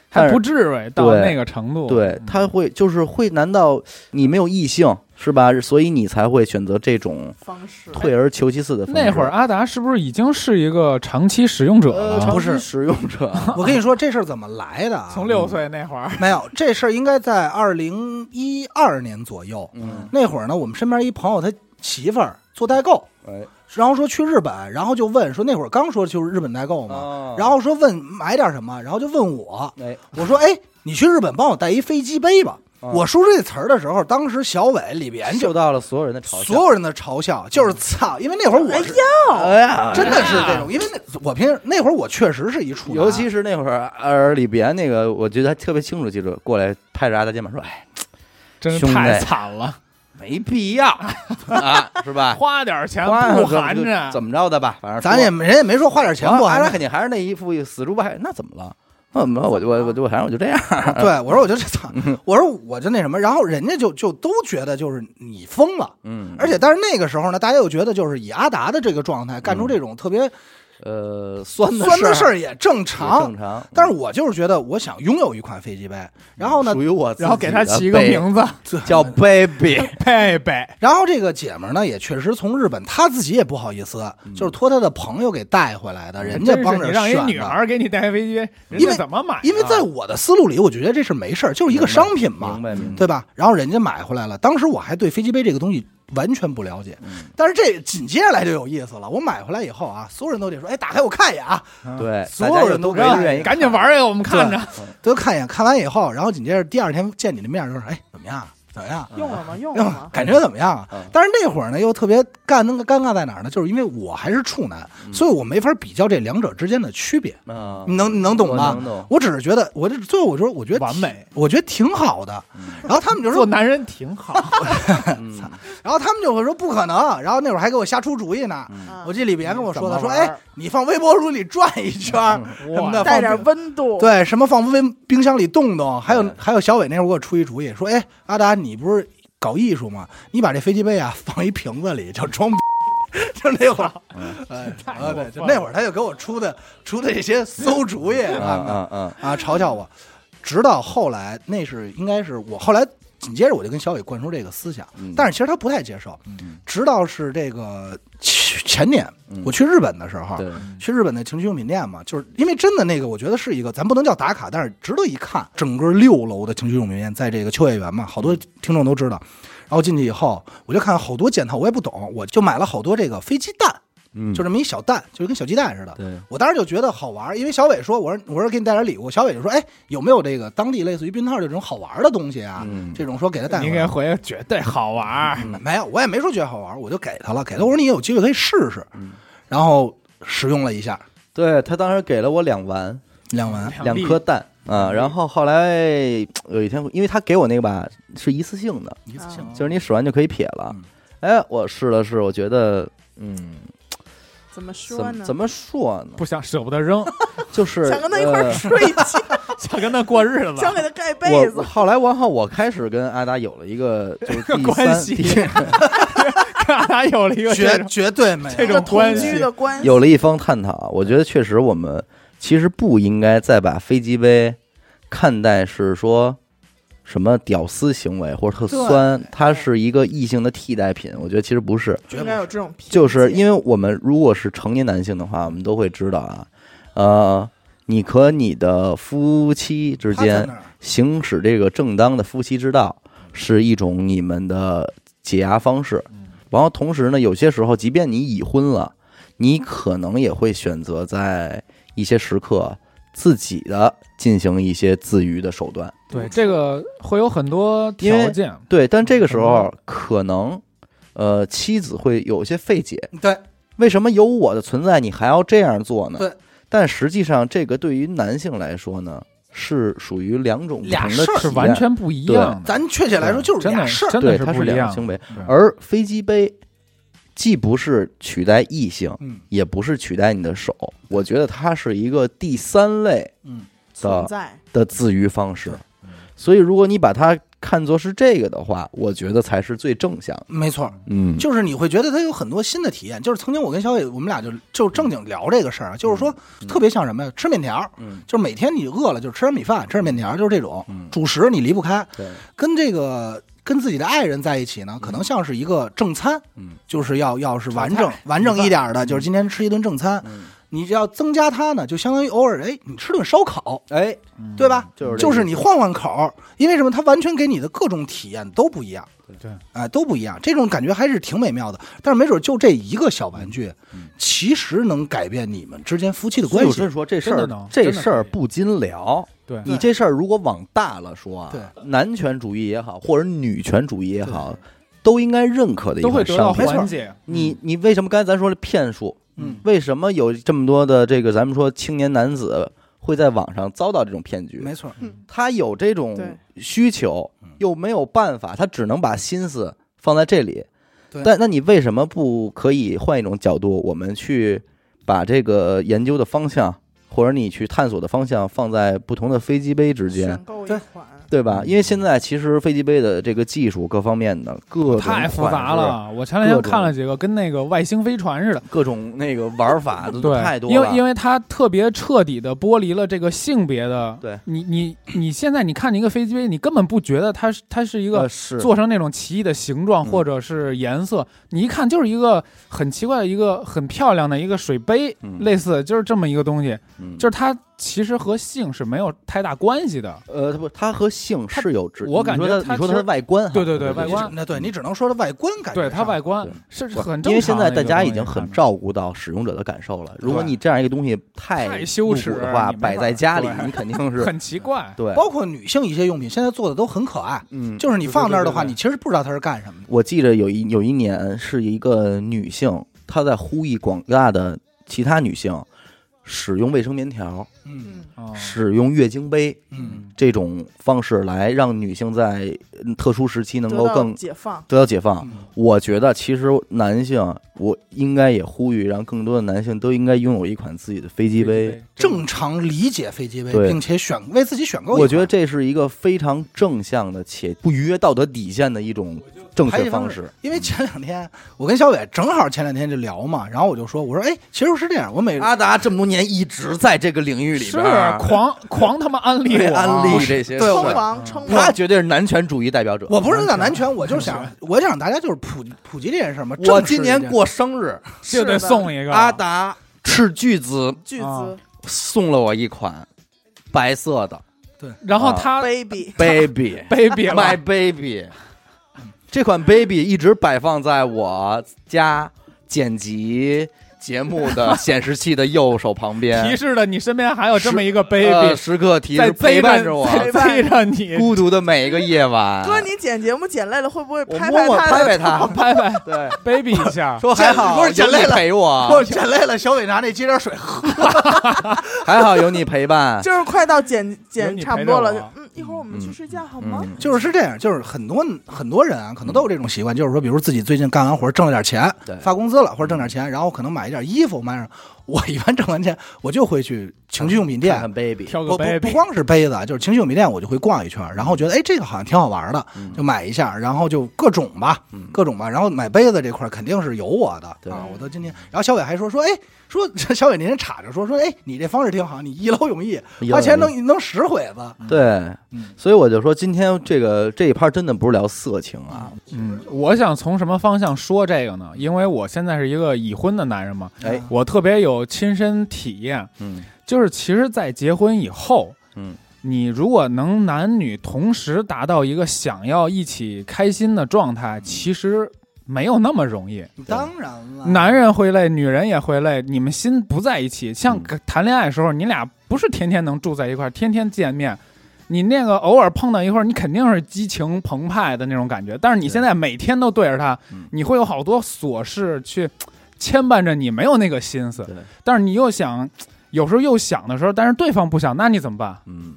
S2: 还
S1: 但
S2: 不
S1: 是
S2: 至于到
S1: 对
S2: 那个程度。
S1: 对
S2: 嗯
S1: 他会就是会，难道你没有异性是吧？所以你才会选择这种
S3: 方式
S1: 退而求其次的方式。
S2: 那会儿阿达是不是已经是一个长期使用者
S1: 呃，
S2: 了？
S1: 长
S4: 不
S1: 期
S4: 是
S1: 使用 者，
S4: 我跟你说这事儿怎么来的啊？
S2: 从六岁那会儿，
S4: 没有这事儿应该在二零一二年左右
S1: 嗯，
S4: 那会儿呢，我们身边一朋友他媳妇儿做代购，
S1: 哎，
S4: 然后说去日本，然后就问说那会儿刚说去日本代购嘛，然后说问买点什么，然后就问我，
S1: 哎，
S4: 我说哎，你去日本帮我带一飞机杯吧。
S1: 嗯
S4: 我说出这词儿的时候，当时小伟、李岩就
S1: 受到了所有人的嘲笑，
S4: 所有人的嘲笑，就是操，因为那会儿我是
S1: 哎呀，
S4: 真的是这种，因为那我平时那会儿我确实是一处男，
S1: 尤其是那会儿，呃，里边那个，我觉得还特别清楚，记住过来拍着阿达肩膀说：“哎，
S2: 真是
S1: 兄弟
S2: 太惨了，
S1: 没必要啊，是 吧？
S2: 花点钱
S1: 花啊
S2: 不寒碜，
S1: 怎么着的吧，反正
S4: 咱也没人也没说花点钱
S1: 钱
S4: 不
S1: 不阿
S4: 还
S1: 达肯定还是那一副死猪不害，那怎么了？那怎么了？我就我我就我反正我就这样，
S4: 对，我说我就这操，我说我就那什么，然后人家就就都觉得就是你疯了，
S1: 嗯，
S4: 而且但是那个时候呢，大家又觉得就是以阿达的这个状态干出这种特别
S1: 呃，酸的
S4: 酸的事
S1: 儿
S4: 儿也正
S1: 也
S4: 常
S1: 正，常，
S4: 但是我就是觉得我想拥有一款飞机杯，然后呢
S1: 属，于我自己的
S2: 然后给他起一个
S1: 杯
S2: 名 字
S1: 叫 baby，
S2: 贝 贝，
S4: 然后这个姐们儿呢也确实从日本，她自己也不好意思，就是托她的朋友给带回来的，人家
S2: 真是
S4: 帮着
S2: 你让一
S4: 选
S2: 女
S4: 的。
S2: 孩给你带飞机，人
S4: 因
S2: 家
S4: 为
S2: 怎么买啊？
S4: 因为在我的思路里，我觉得这是没事儿，就是一个商品嘛
S1: 明，白明白。
S4: 对吧？然后人家买回来了，当时我还对飞机杯这个东西完全不了解，
S1: 嗯
S4: 但是这紧接着来就有意思了。我买回来以后啊，所有人都得说：“哎，打开我看一眼啊，
S1: 对，
S4: 所有
S1: 大家就
S4: 人都
S1: 都
S4: 让
S1: 愿意看
S2: 赶紧玩一个，我们看着。
S4: 都看一眼。”看完以后，然后紧接着第二天见你的面就是：“哎，怎么样？怎么样？
S3: 用了吗？用了
S4: 嗯
S3: 吗？
S4: 感觉怎么样啊
S1: 嗯？
S4: 但是那会儿呢，又特别尴那个尴尬在哪儿呢？就是因为我还是处男，
S1: 嗯
S4: 所以我没法比较这两者之间的区别。
S1: 啊，
S4: 你能你能懂
S1: 我
S4: 吗
S1: 能 懂？
S4: 我只是觉得，我这最后我说，我觉得挺
S2: 完美，
S4: 我觉得挺好的。然后他们就
S2: 做
S4: 说，
S2: 男人挺好，
S1: 嗯
S4: 然后他们就会说不可能。然后那会儿还给我瞎出主意呢。
S1: 嗯
S3: 啊
S4: 我记得里边跟我说的，
S2: 嗯怎
S4: 说
S2: 么玩
S4: 哎，你放微波炉里转一圈 儿，什么的，放
S3: 带点温度，
S4: 对，什么放微冰箱里冻冻，还有
S1: 对
S4: 还有小伟那会儿给我出一主意，说，哎，阿达，你不是搞艺术吗？你把这飞机杯啊放一瓶子里，叫装逼， 就那会儿，
S1: 嗯
S4: 哎，
S2: 太
S4: 啊对，就
S2: 过分了
S4: 那会儿他就给我出的出的这些馊主意
S1: 嗯
S4: 啊
S1: 嗯嗯
S4: 啊，嘲笑我，直到后来，那是应该是我后来紧接着我就跟小伟灌输这个思想，
S1: 嗯，
S4: 但
S1: 是
S4: 是其实他不太接受，
S1: 嗯
S4: 直到是这个前前年
S1: 嗯
S4: 我去日本的时候，
S1: 对，
S4: 去日本的情趣用品店嘛，就是因为真的那个，我觉得是一个，咱不能叫打卡，但是值得一看。整个六楼的情趣用品店，在这个秋叶原嘛，好多听众都知道。然后进去以后，我就看好多检讨，我也不懂，我就买了好多这个飞机蛋，
S1: 嗯
S4: 就这么一小蛋，就是跟小鸡蛋似的。
S1: 对，
S4: 我当时就觉得好玩，因为小伟说，我说我说给你带点礼物，小伟就说，哎，有没有这个当地类似于避孕套这种好玩的东西啊？
S1: 嗯
S4: 这种说给他带回
S2: 你
S4: 来。
S2: 给回绝对好玩 儿，
S4: 嗯没有，我也没说觉得好玩，我就给他了，给他我说你有机会可以试试
S1: 嗯，
S4: 然后使用了一下
S1: 对他当时给了我两丸
S4: 两
S2: 嗯
S4: 完。
S1: 两颗蛋啊，然后后来有一天，因为他给我那个吧是一次性的，
S4: 一
S3: 次性
S1: 就是你使完就可以撇了
S4: 嗯。
S1: 哎，我试了试，我觉得，嗯，
S3: 怎么说
S1: 怎
S3: 呢？
S1: 怎么说 呢？
S2: 不想舍不得扔，
S1: 就是
S3: 想跟他一块儿
S1: 呃
S3: 睡 觉，
S2: 想跟他过日子
S3: 想，给他盖被
S1: 我
S3: 子。
S1: 后来完后，我开始跟阿达有了一个就是第三
S2: 关系
S1: 第
S2: 看俩有了一个这
S4: 绝
S2: 种
S4: 绝对没有
S2: 这
S3: 一
S2: 种
S3: 个同
S2: 关系
S3: 居的关系，
S1: 有了一方探讨。我觉得确实我们其实不应该再把飞机杯看待是说什么屌丝行为或者特酸，它是一个异性的替代品。我觉得其实不是，
S3: 就应该有这种偏见，
S1: 就是因为我们如果是成年男性的话，我们都会知道啊，呃，你和你的夫妻之
S4: 他在
S1: 间
S4: 那儿
S1: 行使这个正当的夫妻之道，是一种你们的解压方式。
S4: 嗯
S1: 然后同时呢，有些时候，即便你已婚了，你可能也会选择在一些时刻自己的进行一些自娱的手段。
S2: 对这个会有很多条件，
S1: 对，但这个时候
S4: 嗯
S1: 可能，呃，妻子会有些费解，
S4: 对
S1: 为什么有我的存在，你还要这样做呢？
S4: 对。
S1: 但实际上，这个对于男性来说呢，是属于两种不
S4: 俩
S1: 同的
S4: 事儿
S1: 体
S2: 是
S1: 验
S2: 完全不一样的。
S4: 咱确切来说就是
S2: 真
S4: 俩
S2: 的
S4: 事儿，
S2: 真
S1: 对，
S2: 的
S1: 它
S2: 不
S1: 是
S2: 一
S1: 两
S2: 样
S1: 种
S2: 的。
S1: 行为。
S2: 对
S1: 而飞机杯既不是取代异性，
S4: 嗯
S1: 也不是取代你的手，我觉得它是一个第三类
S4: 嗯，
S3: 存在。
S1: 的自娱方式
S4: 对。
S1: 所以，如果你把它看作是这个的话，我觉得才是最正向的。
S4: 没错，
S1: 嗯
S4: 就是你会觉得他有很多新的体验。就是曾经我跟小伟，我们俩就就正经聊这个事儿啊，就是说
S1: 嗯
S4: 特别像什么呀？吃面条，
S1: 嗯，
S4: 就是每天你饿了就吃点米饭，吃点面条，就是这种
S1: 嗯
S4: 主食你离不开。
S1: 对，
S4: 跟这个跟自己的爱人在一起呢，可能像是一个正餐，
S1: 嗯，
S4: 就是要要是完
S2: 炒
S4: 整
S2: 菜
S4: 完整一点的，就是今天吃一顿正餐。
S1: 嗯
S4: 你要增加它呢，就相当于偶尔哎，你吃顿烧烤，
S1: 哎，
S2: 嗯
S4: 对吧？
S1: 就是
S4: 就是
S1: 你
S4: 你换换口儿，因为什么？它完全给你的各种体验都不一样，
S2: 对
S4: 哎、都不一样，这种感觉还是挺美妙的。但是没准就这一个小玩具，其实能改变你们之间夫妻的关
S1: 我
S4: 系
S1: 是。说这事
S2: 真的
S1: 儿
S2: 能，
S1: 这
S2: 真的
S1: 事儿
S2: 可以
S1: 不禁聊。
S2: 对，
S1: 你这事儿如果往大了说啊，
S4: 对
S1: 男权主义也好，或者女权主义也好，都应该认可的一
S2: 都会
S1: 款
S2: 得到
S1: 商品。
S2: 缓解。嗯
S1: 你你为什么刚才咱说了骗术？
S4: 嗯，
S1: 为什么有这么多的这个咱们说青年男子会在网上遭到这种骗局？
S4: 没错，
S1: 他有这种
S3: 对
S1: 需求，又没有办法，他只能把心思放在这里
S4: 对。
S1: 但那你为什么不可以换一种角度，我们去把这个研究的方向，或者你去探索的方向放在不同的飞机杯之间
S3: 选，购一
S4: 对
S3: 款，
S1: 对吧？因为现在其实飞机杯的这个技术各方面的各种
S2: 太复杂
S1: 款式，
S2: 了，我前两
S1: 各
S2: 天
S1: 种
S2: 看了几个跟那个外星飞船似的，
S1: 各种那个玩法都
S2: 对，
S1: 太多了。
S2: 因为因为它特别彻底的剥离了这个性别的，
S1: 对
S2: 你你你现在你看一个飞机杯，你根本不觉得它是它是一
S1: 呃
S2: 个
S1: 是
S2: 做成那种奇异的形状
S1: 嗯
S2: 或者是颜色，你一看就是一个很奇怪的一个很漂亮的一个水杯，
S1: 嗯
S2: 类似就是这么一个东西，
S1: 嗯
S2: 就是它其实和性是没有太大关系的，
S1: 呃，它不，它和性是有质，
S2: 我
S1: 你
S2: 感
S1: 说
S2: 觉
S1: 它
S2: 它
S1: 你说
S2: 其
S1: 它的
S2: 实
S1: 外观哈，
S2: 对对对
S1: 不
S2: 外观
S4: 那对你只能说是外观感觉
S2: 对
S4: 上，
S2: 它外观
S1: 对
S2: 是
S1: 不
S2: 很正常的一个东西。嗯
S1: 因为现在大家已经很
S2: 照。
S1: 照顾到使用者的感受了。如果你这样一个东西太
S2: 太羞耻
S1: 露骨的话，
S2: 你没法
S1: 摆在家里，
S2: 对
S1: 你肯定是
S2: 很奇怪。
S1: 对。
S4: 包括女性一些用品，现在做的都很可爱。
S1: 嗯，
S4: 就是你放那儿的话，
S2: 对对对对
S4: 你其实不知道它是干什么的。
S1: 我记着有一有一年是一个女性，她在呼吁广大的其他女性使用卫生棉条，
S4: 嗯
S3: 嗯
S2: 哦
S1: 使用月经杯
S4: 嗯，
S1: 这种方式来让女性在嗯特殊时期能
S3: 得
S1: 够
S3: 到
S1: 更
S3: 解放，
S1: 得到解放。
S4: 嗯
S1: 我觉得其实男性，我应该也呼吁让更多的男性都应该拥有一款自己的飞机杯。，
S4: 正常理解飞机杯，
S1: 对
S4: 并且选为自己选购一款，
S1: 我觉得这是一个非常正向的且不逾越道德底线的一种正
S4: 排
S1: 确
S4: 解
S1: 方
S4: 方
S1: 式。嗯
S4: 因为前两天我跟小伟正好前两天就聊嘛，然后我就说，我说哎，其实是这样，我每
S1: 阿达这么多年一直在这个领域里
S2: 是
S1: 边儿
S2: 狂狂他妈安利
S1: 被
S2: 我，啊
S1: 安利这些事
S4: 对
S3: 称
S4: 我
S1: 儿，
S3: 王称
S1: 他
S3: 王，
S1: 绝对是男权主义代表者。
S4: 我不是讲男权，我就想，我就想大家就是普普及这件事嘛。
S1: 我
S4: 正视
S1: 今
S4: 这
S1: 年
S4: 件事，
S1: 过生日，
S2: 就得送一个
S1: 阿达斥巨资
S3: 巨
S2: 啊
S3: 资
S1: 嗯送了我一款白色的
S2: 然
S1: 啊
S2: 后他
S3: baby，
S1: baby。
S2: baby 了
S1: My Baby，这款 Baby 一直摆放在我家剪辑节目的显示器的右手旁
S2: 提
S1: 边，
S2: 示了你身边还有这么一个
S1: 呃
S2: baby
S1: 时刻提
S2: 在
S1: 示陪
S2: 追
S1: 伴着我
S2: 在
S3: 陪伴
S2: 追着你，
S1: 孤独的每一个夜晚。
S3: 哥，你剪节目剪累了会不会
S1: 我
S3: 拍
S1: 摸摸
S3: 他
S1: 拍拍
S3: 的
S1: 他，
S2: 拍拍
S1: 对，
S2: baby 一 下，
S1: 说还好
S4: 不是
S1: 有
S4: 眼
S1: 你
S4: 泪了
S1: 陪
S4: 我
S1: 我，
S4: 捡累了，小伟拿那接点水喝。
S1: 还好有你陪 伴。
S3: 就是快到剪剪
S2: 你
S3: 差不
S2: 陪
S3: 多
S2: 着
S3: 了，
S2: 我
S3: 就嗯，一会儿我们去
S1: 嗯
S3: 睡觉好吗？
S1: 嗯，
S4: 就是是这样，就是很多很多人啊，可能都有这种习惯，就是说，比如自己最近干完活挣了点钱
S1: 对，嗯
S4: 发工资了或者挣点钱，然后可能买一点衣服，买点。我一般挣完钱，我就会去情趣用品
S1: 看
S4: 店
S1: 看 Baby，
S2: 挑个
S4: 不不不
S2: baby，
S4: 光是杯子，就是情趣用品店，我就会逛一圈，然后觉得哎，这个好像挺好玩的，
S1: 嗯
S4: 就买一下，然后就各种吧
S1: 嗯，
S4: 各种吧，然后买杯子这块儿肯定是有我的
S1: 对
S4: 啊，我都今天，然后小伟还说说哎，说 小伟那天插着说说哎，你这方式挺好，你一劳永逸，花钱能能十回子，
S1: 对
S4: 嗯，
S1: 所以我就说今天这个这一趴真的不是聊色情啊，
S2: 嗯，我想从什么方向说这个呢？因为我现在是一个已婚的男人嘛，
S1: 哎，
S2: 我特别有亲身体验，
S1: 嗯
S2: 就是其实，在结婚以后，
S1: 嗯，
S2: 你如果能男女同时达到一个想要一起开心的状态，其实没有那么容易。
S4: 当然了，
S2: 男人会累，女人也会累，你们心不在一起。像
S1: 嗯
S2: 谈恋爱的时候，你俩不是天天能住在一块儿，天天见面。你那个偶尔碰到一块儿，你肯定是激情澎湃的那种感觉。但是你
S1: 对
S2: 现在每天都对着他
S1: 嗯，
S2: 你会有好多琐事去牵绊着你，没有那个心思。
S1: 对，
S2: 但是你又想，有时候又想的时候，但是对方不想，那你怎么办？
S1: 嗯，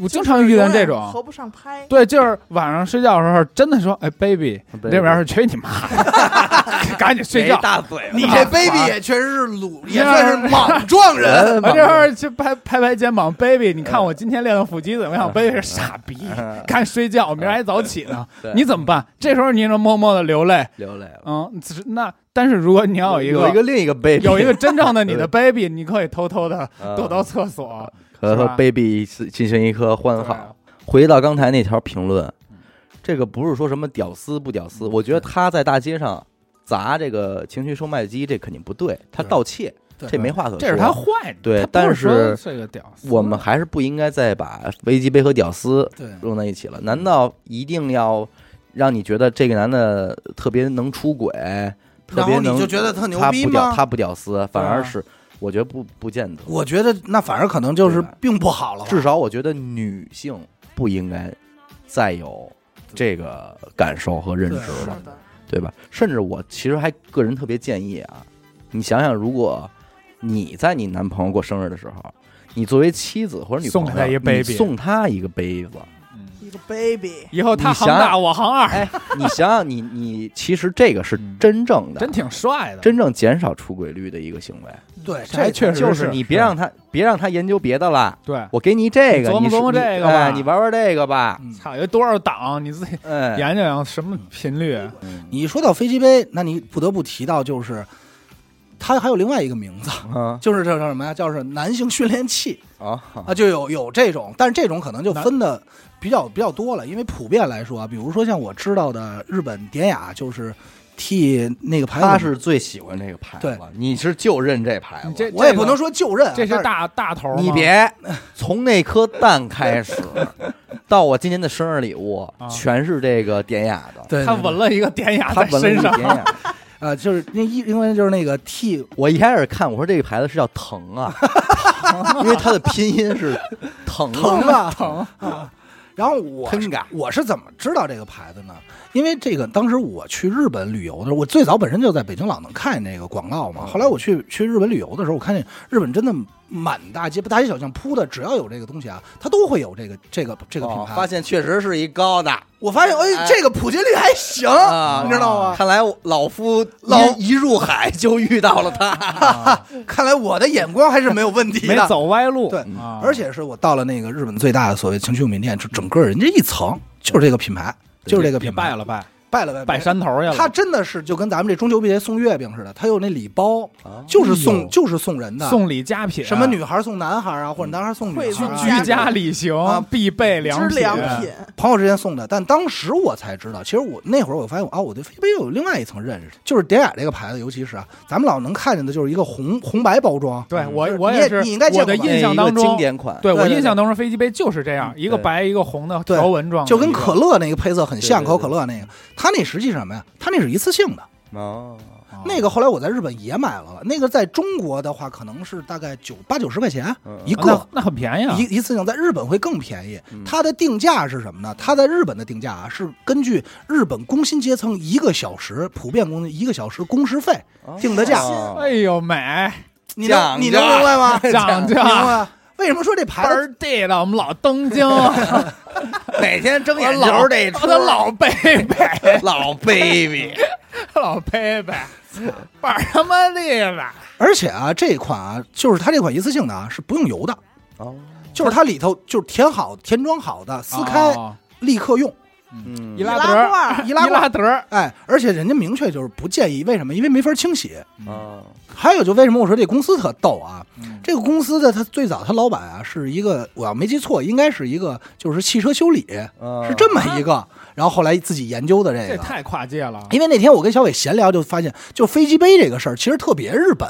S2: 我经常遇见
S3: 永
S2: 这
S3: 远
S2: 种，
S3: 合不上拍，
S2: 对，就是晚上睡觉的时候，真的说，哎，baby，
S1: Baby
S2: 这边是去你妈的， 赶紧睡觉
S1: 没。大嘴巴，
S4: 你
S2: 啊
S4: 这 baby 也确实是鲁， 也
S2: 那
S4: 算是莽撞人。
S2: 我这会儿去拍拍拍肩膀，baby，你看我今天练的腹肌怎么样？baby 是傻 逼，看睡觉，我明儿还早起呢
S1: 对，
S2: 你怎么办？这时候你能默默的流泪，
S1: 流泪了。
S2: 嗯，只是那但是如果你要有哦一
S1: 有一
S2: 个
S1: 个另一个 baby，
S2: 有一个真正的你的 baby，你可以偷偷的
S1: 嗯
S2: 躲到厕所，
S1: 和
S2: 是
S1: 和
S2: 吧
S1: baby 是进行一颗欢嗯好。回到刚才那条评论，
S4: 嗯
S1: 这个不是说什么屌丝不屌丝，我觉得他在大街上砸这个情绪售卖机，这肯定不对，他
S4: 对
S1: 盗窃，
S4: 对
S1: 这没话可说。
S2: 啊这是他坏的，
S1: 对
S2: 他不
S1: 但
S2: 是
S1: 是
S2: 说这个屌丝，
S1: 我们还是不应该再把危机杯和屌丝
S4: 对，
S1: 用在一起了。
S4: 嗯
S1: 难道一定要让你觉得这个男的特别能出轨，特
S4: 然
S1: 别
S4: 后
S1: 能
S4: 你就觉得特牛
S1: 他
S4: 逼
S1: 不屌
S4: 吗？
S1: 他不屌丝，反而
S2: 对啊
S1: 是我觉得不不见得。
S4: 我觉得那反而可能就是
S1: 对吧
S4: 并不好了吧，
S1: 至少我觉得女性不应该再有这个感受和认识
S4: 对
S1: 了
S3: 是，的，
S1: 对吧？甚至我其实还个人特别建议啊，你想想，如果你在你男朋友过生日的时候，你作为妻子或者女朋
S2: 送
S1: 友，
S2: 给他一杯
S1: 你
S2: 杯
S1: 送他一个杯子，
S2: 嗯
S3: 一个 baby，
S2: 以后他
S1: 你
S2: 行
S1: 想
S2: 大，我 行二，
S1: 哎，你想想你，你其实这个是
S2: 嗯
S1: 真正的，
S2: 真挺帅的，
S1: 真正减少出轨率的一个行为，
S4: 对，
S2: 这还确实
S1: 就是你别让他别让他研究别的啦。
S2: 对。
S1: 我给你这个，
S2: 琢磨
S1: 你是
S2: 琢磨
S1: 你
S2: 这个吧
S1: 哎，你玩玩这个吧，
S4: 嗯
S2: 操，有多少档？你自己
S1: 嗯，
S2: 研究研究什么频率？
S1: 哎
S4: 你一说到飞机杯，那你不得不提到就是，它还有另外一个名字，
S2: 嗯
S1: 啊
S4: 就是这叫什么呀？叫是男性训练器
S1: 啊，
S4: 啊，就有有这种，但是这种可能就分的比较比较多了，因为普遍来说啊，比如说像我知道的日本典雅就是替那个牌子，
S1: 他是最喜欢这个牌子
S4: 哎对，
S1: 你是就认这牌
S2: 你
S1: 子，
S2: 这
S4: 我也
S2: 这个
S4: 不能说就认啊，
S2: 这
S4: 但
S2: 是
S4: 是
S2: 大大头吗
S1: 你别 从那颗蛋开始，到我今年的生日礼物
S2: 啊
S1: 全是这个典雅的，
S4: 对
S2: 他纹
S4: 了
S2: 了一个典雅
S1: 他
S2: 在
S1: 闻了
S2: 身
S1: 一
S2: 上
S1: 典，雅。
S4: 啊，就是那一因为就是那个 T
S1: 我一开始看我说这个牌子是叫疼 啊，因为它的拼音是疼
S4: 疼
S1: 啊，
S4: 吧疼啊。然后我是
S1: 喷嘎
S4: 我是怎么知道这个牌子呢？因为这个，当时我去日本旅游的时候，我最早本身就在北京老能看见这个广告
S1: 嗯
S4: 嘛。后来我去去日本旅游的时候，我看见日本真的满大街，大街小巷铺的，只要有这个东西啊，它都会有这个这个这个品
S1: 哦
S4: 牌。
S1: 发现确实是一高的，
S4: 我发现，哎，
S1: 哎
S4: 这个普及率还行，
S1: 啊
S4: 你知道吗？
S1: 看来我老夫
S4: 老
S1: 一一入海就遇到了他。
S4: 看来我的眼光还是没有问题
S2: 没
S4: 的。
S2: 走歪路。
S4: 对
S2: 啊
S4: 而且是我到了那个日本最大的所谓情趣用品店，就整个人家一层就是这个品牌，就是这个
S2: 也
S4: 品牌，
S2: 拜了拜，
S4: 拜了拜
S2: 拜山头去了。
S4: 他真的是就跟咱们这中秋节送月饼似的，他有那礼包，
S1: 啊
S4: 就是
S2: 哎
S4: 送
S2: 呦
S4: 就是送人的，
S2: 送礼佳品，啊
S4: 什么女孩送男孩啊，或者男孩送女孩
S3: 会送
S4: 啊，
S2: 居家旅行
S4: 啊
S2: 必备良
S3: 之良品，
S4: 朋友之间送的。但当时我才知道，其实我那会儿我发现啊，我对飞飞有另外一层认识，就是典雅这个牌子，尤其是啊，咱们老能看见的就是一个红红白包装，
S2: 对
S1: 嗯
S2: 我
S4: 就是
S2: 我
S4: 你
S2: 也
S4: 也
S2: 是，
S4: 你应该见
S2: 我
S4: 过
S2: 的
S4: 吧
S2: 印象
S1: 哎一
S2: 当
S1: 个经
S2: 中，
S1: 典款，
S2: 对我
S4: 对对嗯
S2: 印象当中飞机杯就是这样，一个
S1: 对
S2: 白一个红的
S4: 对
S2: 条纹状的一个，
S4: 就跟可乐那个配色很像，
S1: 对对对
S4: 可口可乐那个，它那实际什
S2: 哦
S4: 么呀？它那是一次性的。
S1: 哦，
S2: 啊
S4: 那个后来我在日本也买了，那个在中国的话可能是大概九八九十块钱
S1: 嗯
S4: 一
S2: 啊
S4: 个，
S2: 那那很便宜啊
S4: 一一次性在日本会更便宜
S1: 嗯。
S4: 它的定价是什么呢？它在日本的定价啊，是根据日本工薪阶层一个小时普遍工一个小时工时费。定的价
S1: 哦
S2: 哎呦美，
S4: 你
S1: 讲究
S4: 能你能明白吗？
S2: 讲究
S4: 明白吗？为什么说这
S2: 倍
S4: 牌子？
S2: 儿地道，我们老东京， 我
S1: 每天睁眼
S2: 老
S1: 就是这出，
S2: 我老贝贝，
S1: 老 baby，
S2: 老 贝贝，倍儿他妈地道。
S4: 而且啊，这款啊，就是它这款一次性的啊，是不用油的，
S1: 哦，
S4: 就是它里头就是填好填装好的，撕开
S2: 哦
S4: 立刻用。
S1: 嗯
S2: 一拉
S3: 拉
S2: 德儿
S3: 罐儿
S4: 易 拉罐
S2: 德儿，
S4: 哎，而且人家明确就是不建议，为什么？因为没法清洗。
S1: 啊，
S4: 还有就为什么我说这公司特逗啊？
S2: 嗯
S4: 这个公司的他最早他老板啊是一个，我要没记错，应该是一个就是汽车修理，
S1: 啊
S4: 是这么一个。然后后来自己研究的
S2: 嗯这
S4: 这个，
S2: 太跨界了。
S4: 因为那天我跟小伟闲聊就发现，就飞机杯这个事儿其实特别日本，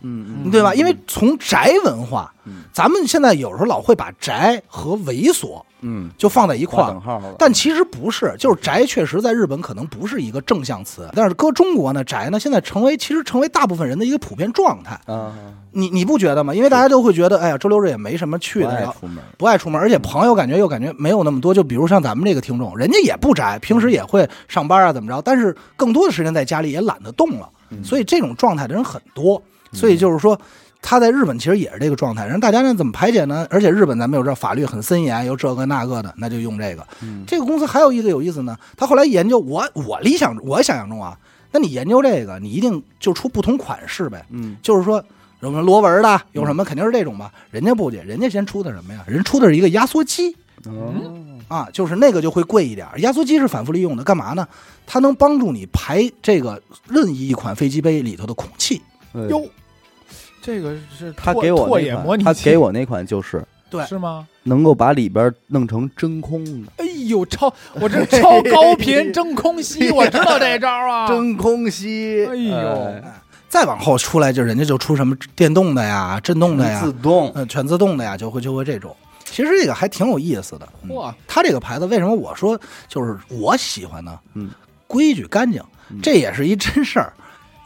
S1: 嗯
S2: 嗯
S1: 嗯
S4: 对吧？因为从宅文化
S1: 嗯，
S4: 咱们现在有时候老会把宅和猥琐
S1: 嗯，
S4: 就放在一块
S1: 画
S4: 儿
S1: 等，号了，
S4: 但其实不是，就是宅确实在日本可能不是一个正向词，但是搁中国呢，宅呢现在成为其实成为大部分人的一个普遍状态。
S1: 啊，
S4: 你你不觉得吗？因为大家都会觉得，哎呀，周六日也没什么去
S1: 不
S4: 的，
S1: 爱
S4: 然后
S1: 出门，
S4: 不爱出门，而且朋友感觉又感觉没有那么多。就比如像咱们这个听众，人家也不宅，平时也会上班啊，怎么着？但是更多的时间在家里也懒得动了，
S1: 嗯
S4: 所以这种状态的人很多。所以就是说，他在日本其实也是这个状态。然后大家呢怎么排解呢？而且日本咱们有这法律很森严，有这个那个的，那就用这个。
S1: 嗯
S4: 这个公司还有一个有意思呢，他后来研究我我理想我想象中啊，那你研究这个，你一定就出不同款式呗。
S1: 嗯
S4: 就是说有什么螺纹的，有什么肯定是这种吧。人家不去，人家先出的什么呀？人出的是一个压缩机
S1: 哦
S4: 啊，就是那个就会贵一点儿。压缩机是反复利用的，干嘛呢？它能帮助你排这个任意一款飞机杯里头的空气。
S1: 哎
S2: 哟，这个是
S1: 他
S2: 拓
S1: 给我
S2: 拓
S1: 那
S2: 野
S1: 款
S2: 模拟器，
S1: 他给我那款就是
S2: 是吗？
S1: 能够把里边弄成真空的，
S2: 哎呦，超我这超高频真空吸，我知道这 招啊。
S1: 空吸
S2: 哎呦，
S4: 再往后出来，就人家就出什么电动的呀、震动的呀、
S1: 自动，
S4: 嗯，全自动的呀，就会就会这种。其实这个还挺有意思的。嗯
S2: 哇，
S4: 它这个牌子为什么我说就是我喜欢呢？
S1: 嗯，
S4: 规矩干净
S1: 嗯，
S4: 这也是一真事
S2: 嗯
S4: 儿。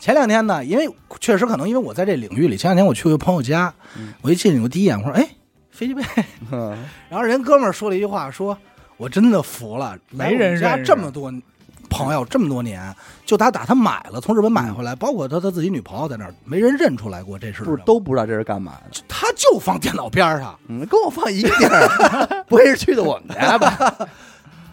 S4: 前两天呢，因为确实可能因为我在这领域里，前两天我去过朋友家
S1: 嗯，
S4: 我一进去我第一眼我说哎飞机杯，
S1: 嗯
S4: 然后人哥们儿说了一句话，说我真的服了，来
S2: 没
S4: 我
S2: 人
S4: 们家
S2: 认识
S4: 这么多朋友这么多年，就他打他买了从日本买回来，包括他他自己女朋友在那儿，没人认出来过这事儿，
S1: 不是都不知道这是干嘛的。
S4: 他就放电脑边儿上。
S1: 嗯，跟我放一个地儿， 不会是去的我们家 吧？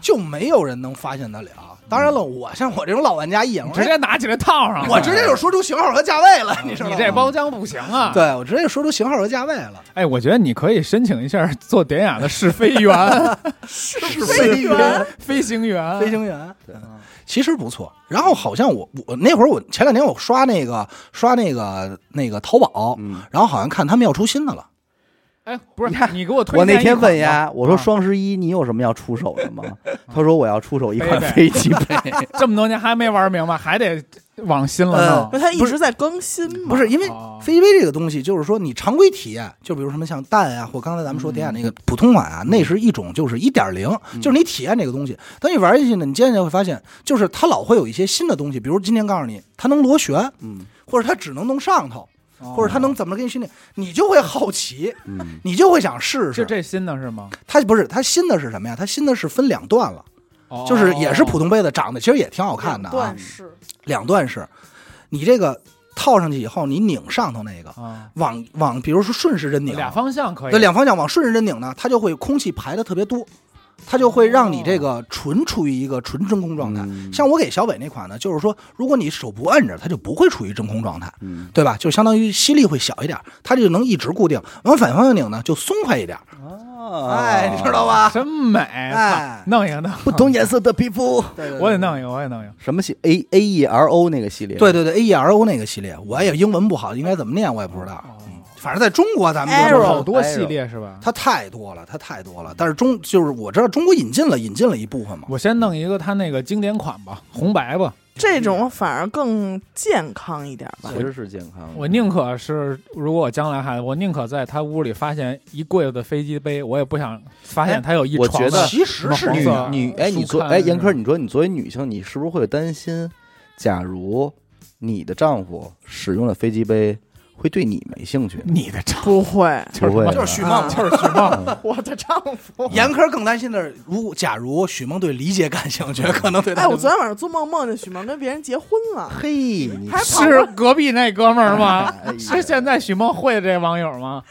S4: 就没有人能发现得了。当然了，我像我这种老玩家一眼，我
S2: 直接拿起来套上了。啊
S4: 我直接就说出型号和价位了，你知道吗？
S2: 你这包浆不行啊！
S4: 对我直接说出型号和价位了。
S2: 哎，我觉得你可以申请一下做典雅的试飞员、
S4: 是
S3: 飞员、
S2: 飞行员、
S4: 飞行员，嗯
S1: 对，
S4: 其实不错。然后好像我我那会儿我前两天我刷那个刷那个那个淘宝，
S1: 嗯，
S4: 然后好像看他们要出新的了。
S2: 哎，不是你给我推荐
S1: 我那
S2: 一
S1: 天
S2: 款吧
S1: 问呀，我说
S2: 啊
S1: 双十一你有什么要出手 的吗？他说我要出手一款飞机杯。
S2: 这么多年还没玩明白，还得往新了弄。
S3: 因为它一直在更新嘛
S4: 不。是因为
S2: 哦
S4: 飞机杯这个东西，就是说你常规体验，就比如什么像蛋啊，或刚才咱们说点那个普通款啊，那是一种就是一点零，就是你体验这个东西。等你玩进去呢，你渐渐会发现，就是它老会有一些新的东西，比如今天告诉你它能螺旋，
S1: 嗯
S4: 或者它只能弄上头，或
S2: 哦
S4: 者它能怎么给你训练，你就会好奇，
S1: 嗯
S4: 你就会想试
S2: 就
S4: 试。
S2: 这新的是吗？
S4: 它不是它新的是什么呀？它新的是分两段了，
S2: 哦
S4: 就是也是普通杯子，长得其实也挺好看的啊
S3: 段，式，
S4: 两段式。你这个套上去以后，你拧上头那个，
S2: 啊，
S4: 往往比如说顺时针拧，
S2: 俩方向可以，
S4: 对，两方向往顺时针拧呢，它就会空气排的特别多，它就会让你这
S2: 哦
S4: 个纯处于一个纯真空状态。
S1: 嗯
S4: 像我给小伟那款呢，就是说，如果你手不摁着，它就不会处于真空状态，
S1: 嗯
S4: 对吧？就相当于吸力会小一点，它就能一直固定。往反方向拧呢，就松快一点。
S1: 啊
S4: 哎，你知道？吧？
S2: 真美，
S4: 哎
S2: 操弄一个弄，
S1: 不同颜色的皮肤，
S2: 我也弄一个，我也弄一个，
S1: 什么系 A A E R O 那个系列？
S4: 对对对，A E R O 那个系列，我也英文不好，应该怎么念我也不知道。嗯反正在中国咱
S1: 哎
S4: 们就
S3: Arrow
S4: 是
S2: 好多系列是吧？
S4: 它太多了，它太多了。但是中就是我知道中国引进了，引进了一部分嘛。
S2: 我先弄一个它那个经典款吧，红白吧，
S3: 这种反而更健康一点吧。
S1: 其实是健康的。
S2: 我宁可是，如果我将来还，我宁可在他屋里发现一柜子的飞机杯，我也不想发现他有一
S1: 哎我
S2: 床
S1: 觉得
S2: 的
S4: 其实是
S2: 黄
S1: 女
S4: 这
S2: 色
S4: 样
S1: 女哎，你作
S2: 舒刊
S1: 哎严科，
S2: 是吧
S1: 你说你作为女性，你是不是会担心，假如你的丈夫使用了飞机杯，会对你没兴趣？
S2: 你的账
S3: 不会，
S1: 不会，嗯
S4: 就是许梦，
S2: 就是什么？
S3: 我的丈夫。
S4: 严科更担心的是，如果假如许梦对理解感兴趣，可能对他
S3: 哎，
S4: 就
S3: 我昨天晚上做梦，梦见许梦跟别人结婚了，
S1: 嘿，你
S3: 还跑
S2: 是
S4: 啊
S2: 隔壁那哥们儿吗
S1: 哎呀？
S2: 是现在许梦会的这网友 吗？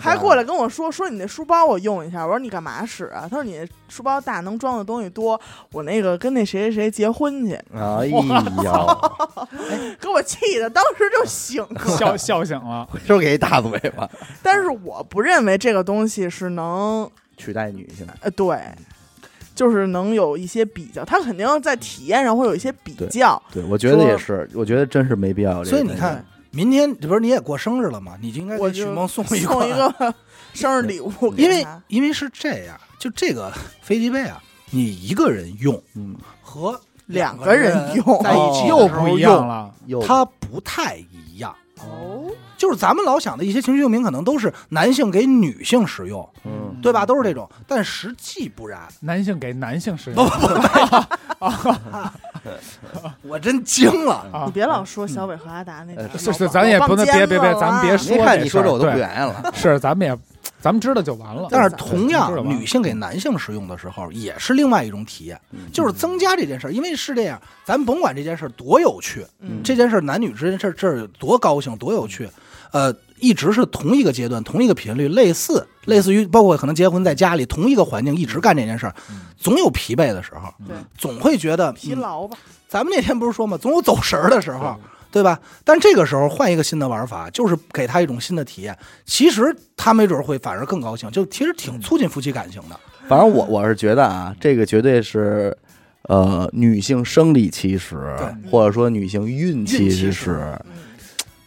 S3: 还过来跟我说说你那书包我用一下，我说你干嘛使啊？他说你书包大，能装的东西多。我那个跟那谁谁谁结婚去，
S1: 哎呀，
S3: 给我气的，当时就醒了。
S2: 笑笑醒了，
S1: 回头给一大嘴巴，
S3: 但是我不认为这个东西是能，
S1: 取代女性。
S3: 呃，对，
S2: 嗯
S3: 就是能有一些比较，他肯定在体验上会有一些比较。
S1: 对，我觉得也是，我觉得真是没必要。
S4: 所以你看，明天这不是你也过生日了吗？你就应该
S3: 我
S4: 给
S3: 就
S4: 许梦送一
S3: 送一
S4: 个，
S3: 个生日礼物给他，
S4: 因为因为是这样，就这个飞机杯啊，你一个人用
S1: 嗯，
S4: 和
S3: 两
S4: 个
S3: 个人用
S4: 在一起的
S2: 哦又
S4: 时候
S2: 不一样
S4: 用，
S2: 了。
S1: 又
S4: 它不太一样。
S3: 哦，
S4: 就是咱们老想的一些情趣用品，可能都是男性给女性使用，
S1: 嗯
S4: 对吧？都是这种，但实际不然。
S2: 男性给男性使用，
S4: 我真惊了，
S2: 啊
S3: 你别老说小伟和阿达那
S1: 呃
S3: 个，
S2: 是是，咱也不能别别别，咱们别
S3: 说。
S2: 说
S1: 没看
S2: 这
S1: 你
S2: 事
S1: 说
S2: 儿
S1: 这我都不
S2: 对
S1: 愿意了。
S2: 是，咱们也咱们知道就完了。
S4: 但是
S3: 对
S4: 同
S2: 知道
S4: 样，
S2: 吧
S4: 女性给男性使用的时候，也是另外一种体验，
S2: 嗯
S4: 就是增加这件事儿。因为是这样，咱们甭管这件事儿多有趣，
S3: 嗯
S4: 这件事儿男女之间这这儿有多高兴多有趣，呃，一直是同一个阶段、同一个频率，类似类似于包括可能结婚在家里同一个环境一直干这件事儿，总有疲惫的时候，
S3: 对
S2: 嗯
S4: 总会觉得
S3: 疲。
S4: 嗯
S3: 劳吧，
S4: 咱们那天不是说嘛，总有走神儿的时候。对吧？但这个时候换一个新的玩法，就是给他一种新的体验。其实他没准会反而更高兴，就其实挺促进夫妻感情的。
S1: 反正我我是觉得啊，这个绝对是，呃，女性生理期时，
S4: 对
S1: 或者说女性孕
S4: 孕
S1: 期
S4: 期
S1: 时
S4: 时，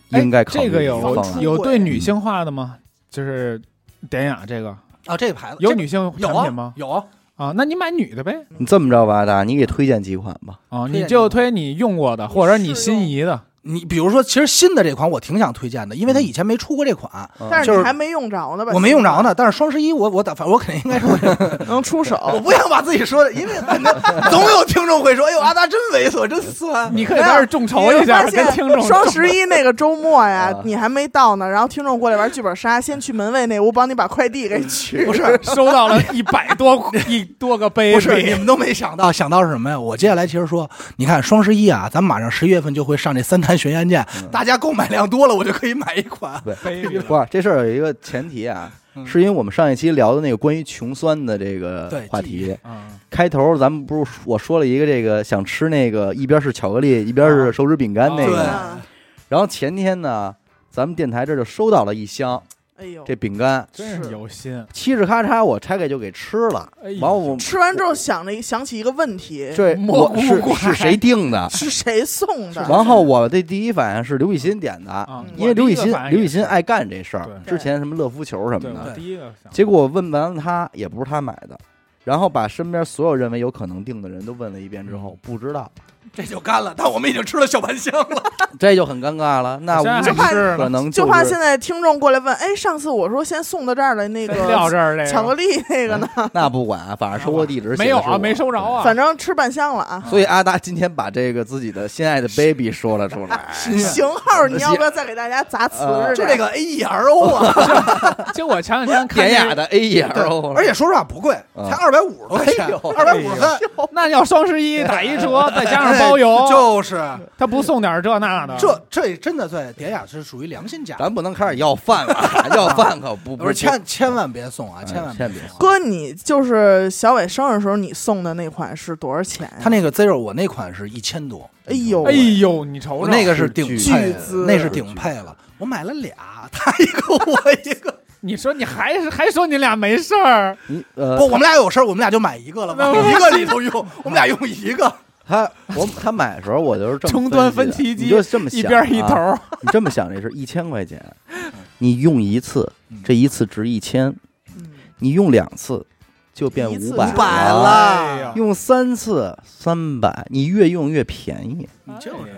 S2: 哎
S1: 应该考虑
S2: 这个
S1: 一
S2: 有
S1: 方案
S2: 有对
S3: 嗯
S2: 女性化的吗？就是典雅这个
S4: 啊，这个牌子
S2: 有
S4: 这
S2: 女性
S4: 有
S2: 产
S4: 啊
S2: 品吗？
S4: 有啊，
S2: 啊，那你买女的呗。
S1: 你这么着吧，大，你给推荐几款吧。
S2: 啊，
S4: 推荐
S2: 你就推你用过的，或者你心仪的。
S4: 你比如说，其实新的这款我挺想推荐的，因为它以前没出过这款，
S2: 嗯
S3: 但是
S4: 就
S3: 你
S4: 是
S3: 还没用着呢吧？
S4: 我没用着呢。但是双十一我我打反正我肯定应该是会，
S3: 能出手，
S4: 我不想把自己说的，因为反正总有听众会说，哎呦阿达真猥琐，真酸。
S2: 你可以在这儿众筹一下，
S3: 你发
S2: 跟
S3: 现
S2: 听众
S3: 双十一那个周末呀
S1: 啊，
S3: 你还没到呢，然后听众过来玩剧本杀，先去门卫那屋帮你把快递给取。
S4: 不是
S2: 收到了一百多一多个杯
S4: 不
S2: 子，
S4: 是，你们都没想到，想到是什么呀？我接下来其实说，你看双十一啊，咱们马上十一月份就会上这三潭悬崖剑，大家购买量多了，我就可以买一款。
S2: 杯
S1: 不
S2: 子
S1: 是这事儿有一个前提啊，
S4: 嗯
S1: 是因为我们上一期聊的那个关于穷酸的这个
S4: 对
S1: 话
S4: 记
S1: 题，
S2: 啊，
S1: 开头咱们不是我说了一个这个想吃那个一边是巧克力一边是手指饼干那
S4: 对
S1: 个，
S3: 啊
S1: 然后前天呢，咱们电台这就收到了一箱
S3: 哎呦，
S1: 这饼干，
S2: 真是有心。
S1: 嘁哧咔嚓我拆开就给吃了，
S2: 哎呦
S1: 完我
S3: 吃完之后想了一想起一个问题，
S1: 这
S2: 蘑
S1: 我
S2: 菇
S1: 是
S2: 怪
S1: 是谁定的？
S3: 是谁送的？
S1: 然后我的第一反应是刘雨欣点的，
S2: 啊
S3: 嗯，
S1: 因为刘雨欣
S2: 我第一个反应
S1: 刘雨
S2: 也是
S1: 欣爱干这事儿，
S2: 对
S1: 之前什么乐福球什么
S2: 对，
S1: 的
S2: 我，第一个想
S1: 结果我问完了他，也不是他买的，然后把身边所有认为
S2: 嗯
S1: 有可能定的人都问了一遍之后，不知道，
S4: 这就干了，但我们已经吃了小半箱了。
S1: 这就很尴尬了。那
S2: 现在
S1: 我
S2: 还是
S1: 可能
S3: 就是怕现在听众过来问，哎，上次我说先送到这儿的那
S2: 再哎撂
S3: 个
S2: 这儿这哎
S3: 巧克
S2: 个，
S3: 力那个呢，
S1: 那不管啊，反正收货地址写的
S2: 没有
S1: 是我
S2: 啊，没收着。啊，
S3: 反正吃半箱了啊。
S1: 所以阿达今天把这个自己的心爱的 baby 说了出 来，
S4: 哎
S3: 型号，你要不要再给大家砸词
S1: 呃
S3: 儿？
S4: 就这个 A E R O 啊，
S2: 就我前两天看
S1: 典
S2: 那
S1: 雅的 A E L 了。
S4: 而且说实话不贵，
S1: 嗯
S4: 才二百五十块钱
S1: 哎呦，
S4: 二百五十三， 哎
S2: 那要双十一打一折，再加上包邮，
S4: 就是
S2: 他不送点这那的，
S4: 这这真的对典雅是属于良心价，
S1: 咱不能开始要饭了，要饭可不
S4: 不是千千万别送啊，
S1: 哎
S4: 千万
S1: 千别
S4: 别
S1: 送
S4: 送。
S3: 哥，你就是小伟生日时候你送的那款是多少钱呀？
S4: 他那个 Zero 我那款是一千多，
S3: 哎呦
S2: 哎呦，你瞅
S4: 我
S2: 瞅
S4: 那个是顶
S1: 巨
S4: 配
S3: 资，
S4: 那是顶配了，我买了俩，他一个我一个。
S2: 你说你还是还说你俩没事儿，
S1: 你呃
S4: 不，，我们俩有事儿，我们俩就买一个了 嘛，一个里头用，我们俩用一个。
S1: 他我他买的时候我就是这么
S2: 终端
S1: 分
S2: 分
S1: 析的
S2: 歧机
S1: 你就这么想
S2: 一边一头
S1: 啊
S2: 儿，
S1: 你这么想这事，一千块钱，你用一次，
S4: 嗯
S1: 这一次值一千，
S3: 嗯
S1: 你用两次就变
S3: 一次
S1: 五百
S3: 500了
S2: 哎呀，
S1: 用三次三百，你越用越便宜，
S4: 你这种人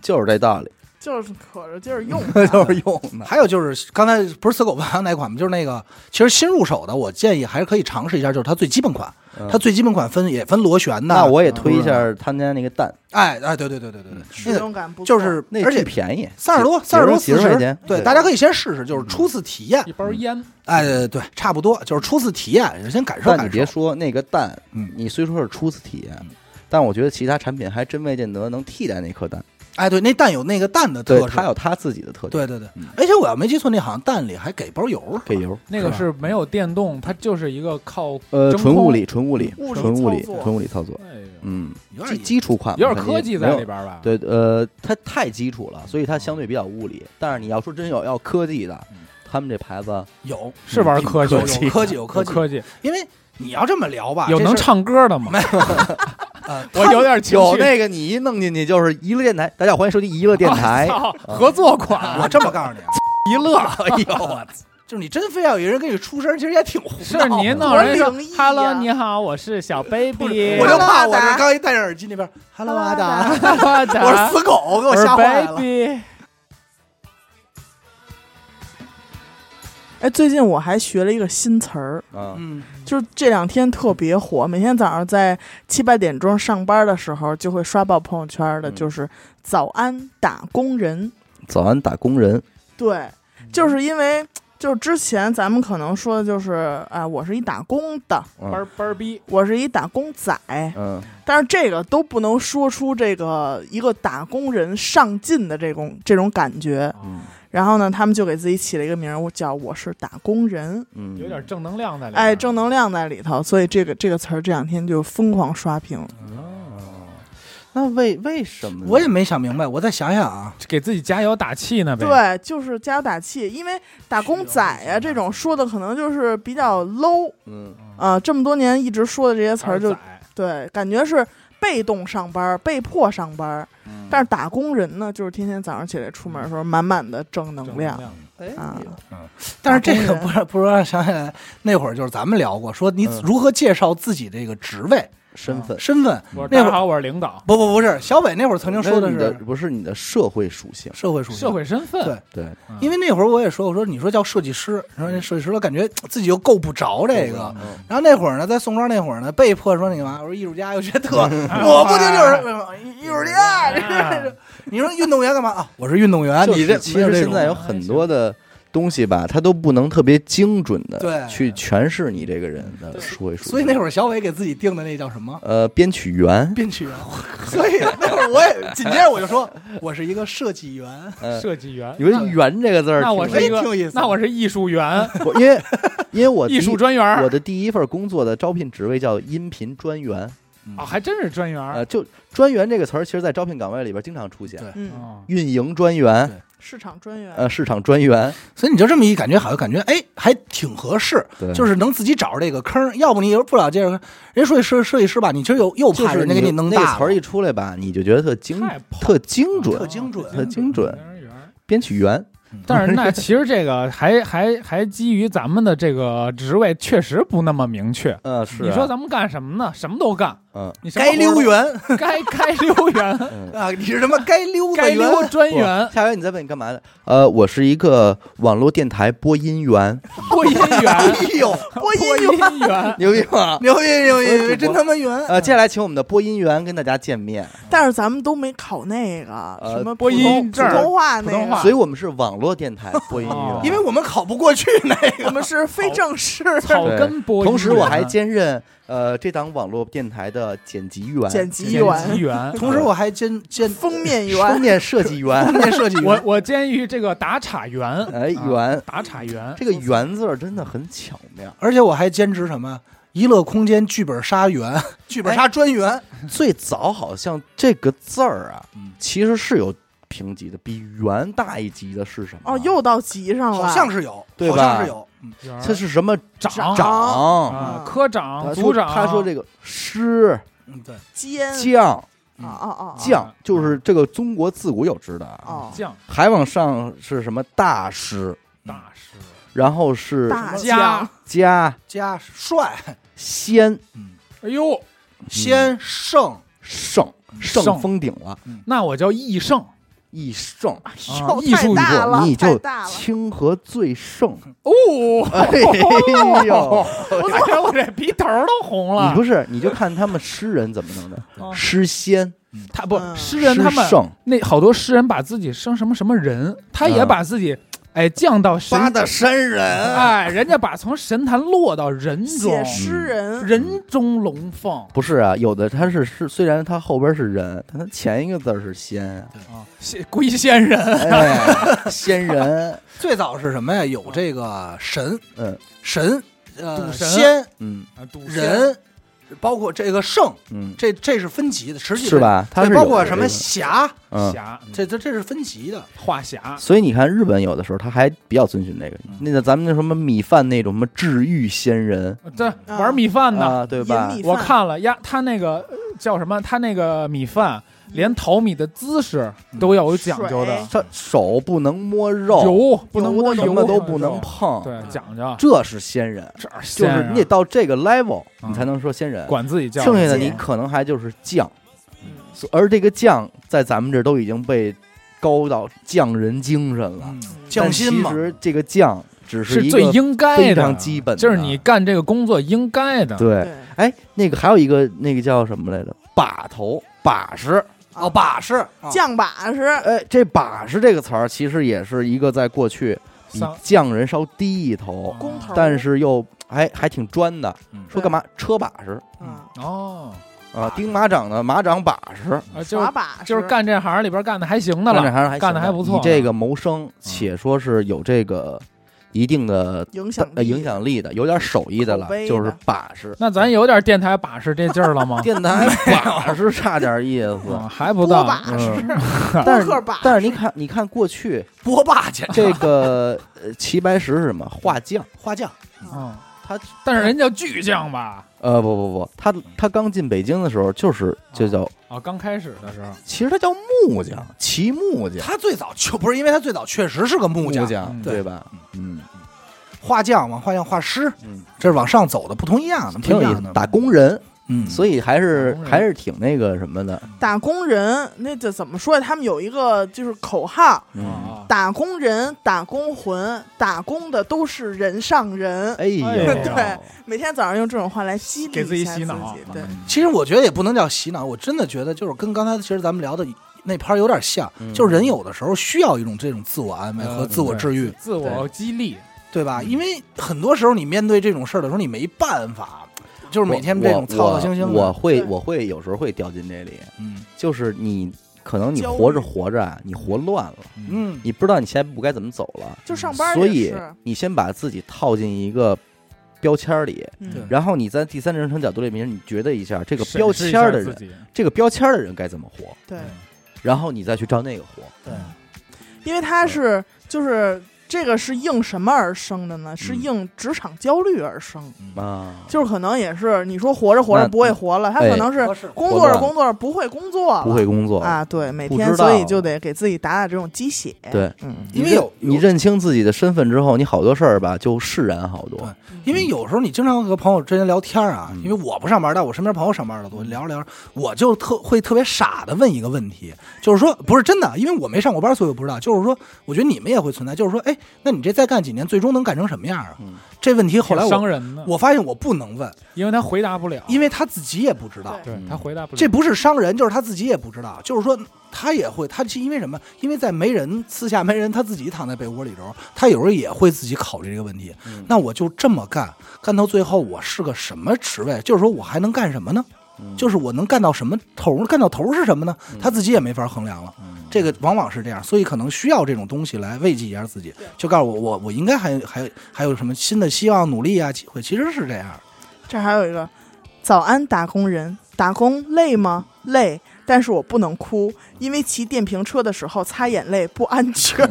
S1: 就是这道理，，
S3: 就是可着劲儿 用
S1: 就是用的。
S4: 还有就是刚才不是死狗还有哪款吗？就是那个，其实新入手的，我建议还是可以尝试一下，就是它最基本款，
S1: 嗯
S4: 它最基本款分也分螺旋的。
S1: 那我也嗯推一
S4: 不是。
S1: 下他家那个蛋，
S4: 哎哎，对对对对对对，
S3: 使
S4: 那个
S3: 用感不错
S4: 就是
S1: 那
S4: 而
S1: 巨
S4: 且
S1: 便宜，
S4: 三十多三十多
S1: 几十
S4: 四
S1: 块
S4: 十
S1: 钱，
S4: 对，大家可以先试试，就是初次体验
S2: 一。包烟，
S4: 哎，对对对，差不多就是初次体验，先感受
S1: 但
S4: 感受。
S1: 你别说那个蛋，
S4: 嗯
S1: 你虽说是初次体验
S4: 嗯，
S1: 但我觉得其他产品还真未见得能替代那颗蛋。
S4: 哎，对，那蛋有那个蛋的
S1: 对
S4: 特，质
S1: 它，有它自己的特点。
S4: 对对对
S1: 嗯，
S4: 而且我要没记错，那好像蛋里还给包邮是吧，
S1: 给油，
S2: 那个是没有电动，它就是一个靠
S1: 呃，
S2: 真
S1: 纯
S2: 空
S1: 物理，纯物理，
S3: 物理
S1: 纯物理，
S3: 操作
S1: 纯物理操作。
S2: 哎呀
S1: 嗯，
S4: 有
S1: 基
S4: 点
S1: 基础款嘛
S2: 有点科技在里。
S1: 它也没有
S2: 边吧？，
S1: 对，呃，它太基础了，所以它相对比较物理。但是你要说真有要科技的
S4: 嗯，
S1: 他们这牌子
S4: 有
S2: 是玩科技，
S1: 有
S4: 有科技有科
S2: 科
S4: 技，
S2: 科技，
S4: 因为你要这么聊吧，
S2: 有
S4: 这
S2: 能
S4: 事儿
S2: 唱歌的吗？ 啊
S4: 呃，
S2: 我有点情
S1: 有
S2: 绪
S1: 那个你一弄进去就是娱乐电台，大家好欢迎收听娱乐电 台。
S2: 操合作款，
S4: 我这么告诉你，
S2: 一乐，
S4: 哎呦我操，就是你真非要有人给你出声，其实也挺胡
S2: 是
S4: 闹的。
S2: 您弄
S3: 多
S2: 人说
S3: 灵异呀
S2: ，Hello，你好，我是小 baby，
S4: 我就
S3: Hello，
S4: 怕我
S3: 阿达
S4: 这刚一戴上耳机那边，Hello 阿达，
S2: 我
S4: 我是死狗，给
S2: 我
S4: 吓
S2: 是
S4: 坏了。
S2: baby，
S3: 哎，最近我还学了一个新词儿，
S1: 嗯，
S4: 嗯，
S3: 就是这两天特别火，每天早上在七八点钟上班的时候，就会刷爆朋友圈的，
S1: 嗯
S3: 就是“早安打工人
S1: 早安打工人，”。
S3: 对，就是因为就是之前咱们可能说的就是啊、我是一打工的，
S1: 嗯
S2: 班儿逼，
S3: 我是一打工仔，
S1: 嗯，
S3: 但是这个都不能说出这个一个打工人上进的这种这种感觉。
S1: 嗯
S3: 然后呢，他们就给自己起了一个名儿，我叫我是打工人，
S1: 嗯，
S2: 有点正能量在里边，
S3: 哎，正能量在里头，所以这个这个词儿这两天就疯狂刷屏。
S1: 那为为什么呢？
S4: 我也没想明白，我再想想啊。
S2: 给自己加油打气呢呗。，
S3: 对，就是加油打气，因为打工仔呀、这种说的可能就是比较 low
S1: 嗯
S3: 啊、这么多年一直说的这些词儿就
S2: 儿仔
S3: 对，感觉是被动上班、被迫上班。
S1: 嗯
S3: 但是打工人呢，就是天天早上起来出门的时候，满满的正能量。
S1: 哎
S3: 啊
S4: 但是这个
S3: 打
S4: 不
S3: 工
S4: 是不是让想起来那会儿，就是咱们聊过，说你
S1: 嗯
S4: 如何介绍自己这个职位、
S1: 身份
S4: 身份。
S2: 我说
S4: 那会
S2: 大
S4: 儿
S2: 家好，我是领导，
S4: 不不不是，小伟那会儿曾经
S1: 那
S4: 说的
S1: 你的
S4: 是
S1: 不是你的社会属性，
S4: 社会属性，
S2: 社会身份，
S4: 对
S1: 对，
S2: 嗯
S4: 因为那会儿我也说，我说你说叫设计师，然后那设计师我感觉自己又够不着这个。
S1: 嗯
S4: 然后那会儿呢，在宋庄那会儿呢，被迫说那个嘛，我说艺术家又觉得特，
S1: 嗯哎
S4: 我不听就是艺术家。
S2: 啊
S4: 你说运动员干嘛啊？我是运动员，
S1: 就是
S4: 你这
S1: 其实现在有很多的东西吧，它都不能特别精准的
S4: 对
S1: 去诠释你这个人的社会属性。
S4: 所以那
S1: 儿
S4: 会儿小伟给自己定的那叫什么？
S1: 呃，编曲 员，
S4: 编曲员。所以那会儿我也紧接着我就说，我是一个设计员。
S1: 呃，
S2: 设计员
S1: 你。们“员”这个字儿挺，
S2: 那我
S4: 哎，
S2: 是一个
S4: 挺有意思。
S2: 那我是艺术员，
S1: 我因为 因为我第一
S2: 艺术专员
S1: 我
S2: 儿
S1: 的第一份工作的招聘职位叫音频专员，
S2: 啊，还真是专员儿
S1: 呃，就专员这个词儿，其实在招聘岗位里边经常出现
S4: 对，
S3: 嗯，
S2: 啊。
S1: 运营专员
S4: 对，
S3: 市场专员。
S1: 呃，市场专员，
S4: 所以你就这么一感觉，好像感觉哎，还挺合适，
S1: 对，
S4: 就是能自己找着这个坑儿。要不你又不了解，人家说设设计师吧，你就有又
S1: 就
S4: 怕
S1: 是
S4: 人家给
S1: 你
S4: 你弄
S1: 那
S4: 大
S1: 个词儿
S4: 了
S1: 一出来吧，你就觉得特精
S2: 太嗯跑
S1: 特精准
S4: 特，精准
S1: 特精准
S2: 哦专员儿
S1: 编曲员，
S2: 但是那其实这个还还还基于咱们的这个职位确实不那么明确。
S1: 呃，是啊
S2: 你说咱们干什么呢？什么都干，
S1: 嗯
S2: 你什么
S4: 该溜
S2: 活
S4: 圆
S2: 儿都，该该溜圆，
S1: 嗯，
S4: 啊，你是他妈该溜
S2: 该
S4: 的圆。
S2: 溜专
S1: 不
S2: 员，
S1: 呃下回你再问你干嘛的？呃，我是一个网络电台播音员，
S2: 播音
S4: 哎
S2: 员，
S4: 呦，
S3: 播
S2: 播
S3: 音
S2: 音 员，
S1: 牛逼吗？
S4: 牛逼牛逼牛
S1: 我是主
S4: 逼，真
S1: 播
S4: 他妈圆！
S1: 呃，接下来请我们的播音员跟大家见面，
S2: 啊
S3: 但是咱们都没考那个
S1: 呃
S3: 什么普
S2: 播音
S3: 通
S2: 证儿
S3: 普通话那
S2: 普通话
S3: 个，
S1: 所以我们是网络电 台播音
S2: 哦
S1: 员，
S4: 因为我们考不过去那
S3: 我们是非正式
S2: 草根播音员，
S1: 同时我还 兼任呃这档网络电台的剪辑员、
S3: 剪辑
S2: 演
S3: 员、
S2: 员。
S4: 同时我还兼兼
S3: 封面
S1: 封
S3: 员，
S1: 面设计员
S4: 封。面设计
S2: 我
S4: 员。
S2: 我监狱这个打岔员，
S1: 哎，
S2: 啊
S1: 员，
S2: 打岔员，
S1: 这个“员”字儿真的很巧妙。
S4: 而且我还兼职什么？娱乐空间剧本杀员，剧本杀专员，
S1: 最早好像这个字儿啊
S4: 嗯，
S1: 其实是有评级的，比“员”大一级的是什么？
S3: 哦，又到集上
S4: 好
S3: 了，
S4: 像是有，
S1: 对
S4: 好
S1: 吧
S4: 像是有。嗯
S2: 员
S1: 它是什么
S2: 啊长
S1: 长？
S2: 啊
S3: 嗯，
S2: 科长、
S1: 他
S2: 组
S1: 说
S2: 长，
S1: 他说这个师
S4: 嗯，对，
S3: 尖
S1: 将
S3: 啊啊啊
S2: 尖
S1: 将，就是这个中国自古有之的啊。
S3: 哦，
S2: 将
S1: 还往上是什么大师，
S2: 大师，
S1: 然后是
S3: 大
S2: 家
S3: 将
S1: 家
S4: 加帅，
S1: 先
S4: 嗯，
S2: 哎呦，
S1: 嗯
S4: 先胜，
S1: 圣圣
S2: 圣
S1: 封顶了，
S2: 那我叫易盛，
S1: 一圣
S3: 哎
S2: 啊
S3: 呦，
S2: 艺术
S3: 太
S2: 一
S3: 大了，
S1: 你
S3: 太
S1: 就
S3: 大了，
S1: 清河最 盛。
S2: 哦，
S1: 哎 呦，
S2: 我感觉我这鼻头都红了。
S1: 你不是你就看他们诗人怎么弄
S2: 哦
S1: 的，诗仙、
S2: 他不
S3: 嗯
S2: 诗人，
S1: 诗
S2: 他们
S1: 圣、
S2: 那好多诗人把自己升什么什么人，他也
S1: 嗯
S2: 把自己哎降到神，
S1: 大山人，
S2: 哎，人家把从神坛落到人
S3: 写，
S2: 中
S3: 诗人
S2: 人中龙凤
S1: 不是啊？有的他是是，虽然他后边是人，但他前一个字儿是仙啊，
S2: 啊，写龟仙人，
S1: 哎，仙人，
S4: 最早是什么呀？有这个神，
S1: 嗯
S4: 神，
S2: 赌
S4: 呃，
S2: 神
S4: 仙，
S1: 嗯
S2: 啊赌仙
S4: 人，包括这个圣，
S1: 嗯，
S4: 这这是分级的，实际
S1: 是？吧？他
S4: 对，
S1: 是
S4: 包
S1: 有
S4: 括
S1: 这
S4: 什
S1: 个
S4: 么侠，
S1: 嗯，
S2: 侠，
S4: 这这这是分级的。
S2: 画侠，
S1: 所以你看，日本有的时候他还比较遵循这个。
S4: 嗯
S1: 那个咱们那什么米饭那种什么治愈仙人
S2: 这玩米饭呢，
S1: 嗯啊，对吧
S3: 银？米饭
S2: 我看了呀，他那个呃叫什么？他那个米饭
S1: 嗯
S2: 连淘米的姿势都要有讲究的
S3: 水，
S1: 他手不能摸肉，
S2: 油不能摸
S1: 什
S2: 油，啊
S1: 么都不能碰，嗯
S2: 对，讲究。
S1: 这是仙人，
S2: 这儿
S1: 就是
S2: 仙
S4: 啊
S2: 人
S1: 你得到这个 level，
S2: 啊
S1: 你才能说仙人。
S2: 管自己叫，
S1: 剩下的
S3: 仙
S1: 你
S3: 人
S1: 可能还就是将
S3: 嗯，
S1: 所而这个将在咱们这儿都已经被高到匠人精神了。
S4: 匠心嗯嘛
S1: 但其，实这个将只
S2: 是
S1: 一
S2: 最
S1: 个
S2: 应该的，
S1: 非常基本的
S2: 就是你干这个工作应该的。
S1: 对。
S3: 对
S1: 哎，那个还有一个那个叫什么来着？把头把式。
S4: 哦，把式，啊
S3: 将把式，
S1: 哎，这把式这个词儿，其实也是一个在过去比
S2: 丧
S1: 匠人稍低一头，
S3: 工头，
S1: 但是又还还挺专的。
S4: 啊嗯
S1: 说干嘛车把式
S3: 嗯，
S2: 哦，
S1: 啊，钉马掌的马掌把式，
S2: 啊，就
S3: 耍
S2: 是
S3: 把式
S2: 就是干这行里边干的还行的
S1: 干这
S2: 了，
S1: 行还
S2: 干得
S1: 行
S2: 还不错嗯
S1: 以这个谋生，且说是有这个一定的
S3: 影响
S1: 呃
S3: 力
S1: 影响力的，有点手艺的了
S3: 口，碑的
S1: 就是把式。
S2: 那咱有点电台把式这劲儿 了吗？
S1: 电台把式差点意
S2: 啊，
S1: 思，
S2: 还
S3: 播
S2: 不到。嗯
S3: 把式，
S1: 但
S3: 播客
S1: 是
S3: 把
S1: 但是你看你看过 去
S4: 波 霸去，
S1: 这个呃齐白石是什么画匠？
S4: 花匠，
S2: 嗯，
S1: 他
S2: 但是人家巨匠吧？
S1: 呃，不不不，他他刚进北京的时候，就是就叫，
S2: 啊，刚开始的时候，
S1: 其实他叫木匠，骑木匠，
S4: 他最早就不是因为他最早确实是个木
S1: 木
S4: 匠，
S1: 匠，
S2: 嗯
S1: 对吧？嗯，
S4: 画匠嘛，画匠画师，
S1: 嗯，
S4: 这是往上走的，不同一样的，
S1: 挺有
S4: 不一
S1: 意思
S4: 样的，
S1: 打工人，
S4: 嗯，
S1: 所以还是
S2: 打工人
S1: 还是挺那个什么的，
S3: 打工人，那这怎么说呀？他们有一个就是口号：
S1: 嗯，
S2: 啊，
S3: 打工人、打工魂，打工的都是人上人。
S1: 哎呦，
S2: 哎呦
S3: 对每天早上用这种话来激励
S2: 给自己
S3: 一下
S2: 洗脑啊嗯
S3: 自己对，
S4: 其实我觉得也不能叫洗脑，我真的觉得就是跟刚才其实咱们聊的那盘儿有点像，
S1: 嗯
S4: 就是人有的时候需要一种这种自我安慰和自我治
S1: 嗯
S4: 愈，
S2: 自我激励，
S4: 对吧？因为很多时候你面对这种事儿的时候，你没办法，就是每天这种操操心心
S1: 我我我
S4: 的，
S1: 会
S3: 对
S1: 我会有时候会掉进这里，
S4: 嗯
S1: 就是你可能你
S3: 焦虑
S1: 活着活着啊，你活乱了，
S4: 嗯，
S1: 你不知道你下一步该怎么走了，
S3: 就上班
S1: 所
S3: 也
S1: 以
S3: 是，嗯
S1: 你先把自己套进一个标签儿里，
S3: 嗯
S1: 然后你在第三人称角度里面，你觉得一下这
S2: 这
S1: 个标签儿的人，
S2: 人，
S1: 这个标签儿的人该怎么活，
S3: 对，
S1: 然后你再去照那个活。
S4: 对，
S3: 因为他是就是。这个是应什么而生的
S1: 嗯
S3: 呢？是应职场焦虑而生，
S1: 啊，
S3: 就是可能也是你说活着活着
S1: 那
S3: 不会活了，他
S1: 哎
S3: 可能是
S4: 合适
S3: 工作
S1: 活
S3: 着
S1: 乱
S3: 工作着不会工作了，
S1: 不会工作，
S3: 啊，对，每
S1: 不
S3: 天
S1: 知道
S3: 所以就得给自己打打这种鸡血。
S1: 对，
S3: 嗯，
S4: 因为有
S1: 你认清自己的身份之后，你好多事儿吧就释然好多。
S4: 对因为有时候你经常和朋友之间聊天啊，
S1: 嗯
S4: 因为我不上班，但我身边朋友上班的多，聊着聊着，我就特会特别傻的问一个问题，就是说不是真的，因为我没上过班，所以我不知道。就是说，我觉得你们也会存在，就是说，哎，那你这再干几年，最终能干成什么样啊？
S1: 嗯
S4: 这问题后来
S2: 挺伤
S4: 我
S2: 人的，
S4: 我发现我不能问，
S2: 因为他回答不了，
S4: 因为他自己也不知道。
S2: 对他回答不了。
S4: 这不是伤人，就是他自己也不知道。就是说，他也会，他是因为什么？因为在没人私下没人，他自己躺在被窝里头，他有时候也会自己考虑这个问题。
S1: 嗯
S4: 那我就这么干，干到最后，我是个什么职位？就是说我还能干什么呢？
S1: 嗯
S4: 就是我能干到什么头儿？干到头儿是什么呢
S1: 嗯？
S4: 他自己也没法衡量了。
S1: 嗯
S4: 这个往往是这样，所以可能需要这种东西来慰藉一下自己，就告诉我，我我应该还还还有什么新的希望、努力啊、机会，其实是这样。
S3: 这还有一个，早安打工人，打工累吗？累，但是我不能哭，因为骑电瓶车的时候擦眼泪不安 全，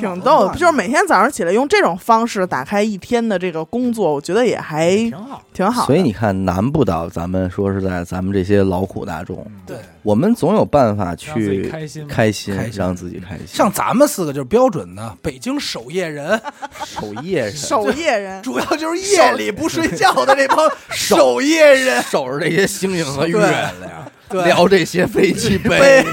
S3: 挺逗的。就是每天早上起来用这种方式打开一天的这个工作，我觉得也还
S2: 挺好，
S3: 挺好的。
S1: 所以你看，难不倒咱们说是在咱们这些劳苦大众，
S2: 嗯
S4: 对。
S1: 我们总有办法
S2: 让自己
S1: 去
S2: 开心嘛，
S1: 开心
S4: 开心，
S1: 让自己开心。
S4: 像咱们四个就是标准的北京守夜人，
S1: 守夜是
S3: 守夜人，
S4: 主要就是夜里不睡觉的这帮 守夜人。
S1: 守着这些星星和月亮，
S4: 对
S1: 聊这些飞机杯，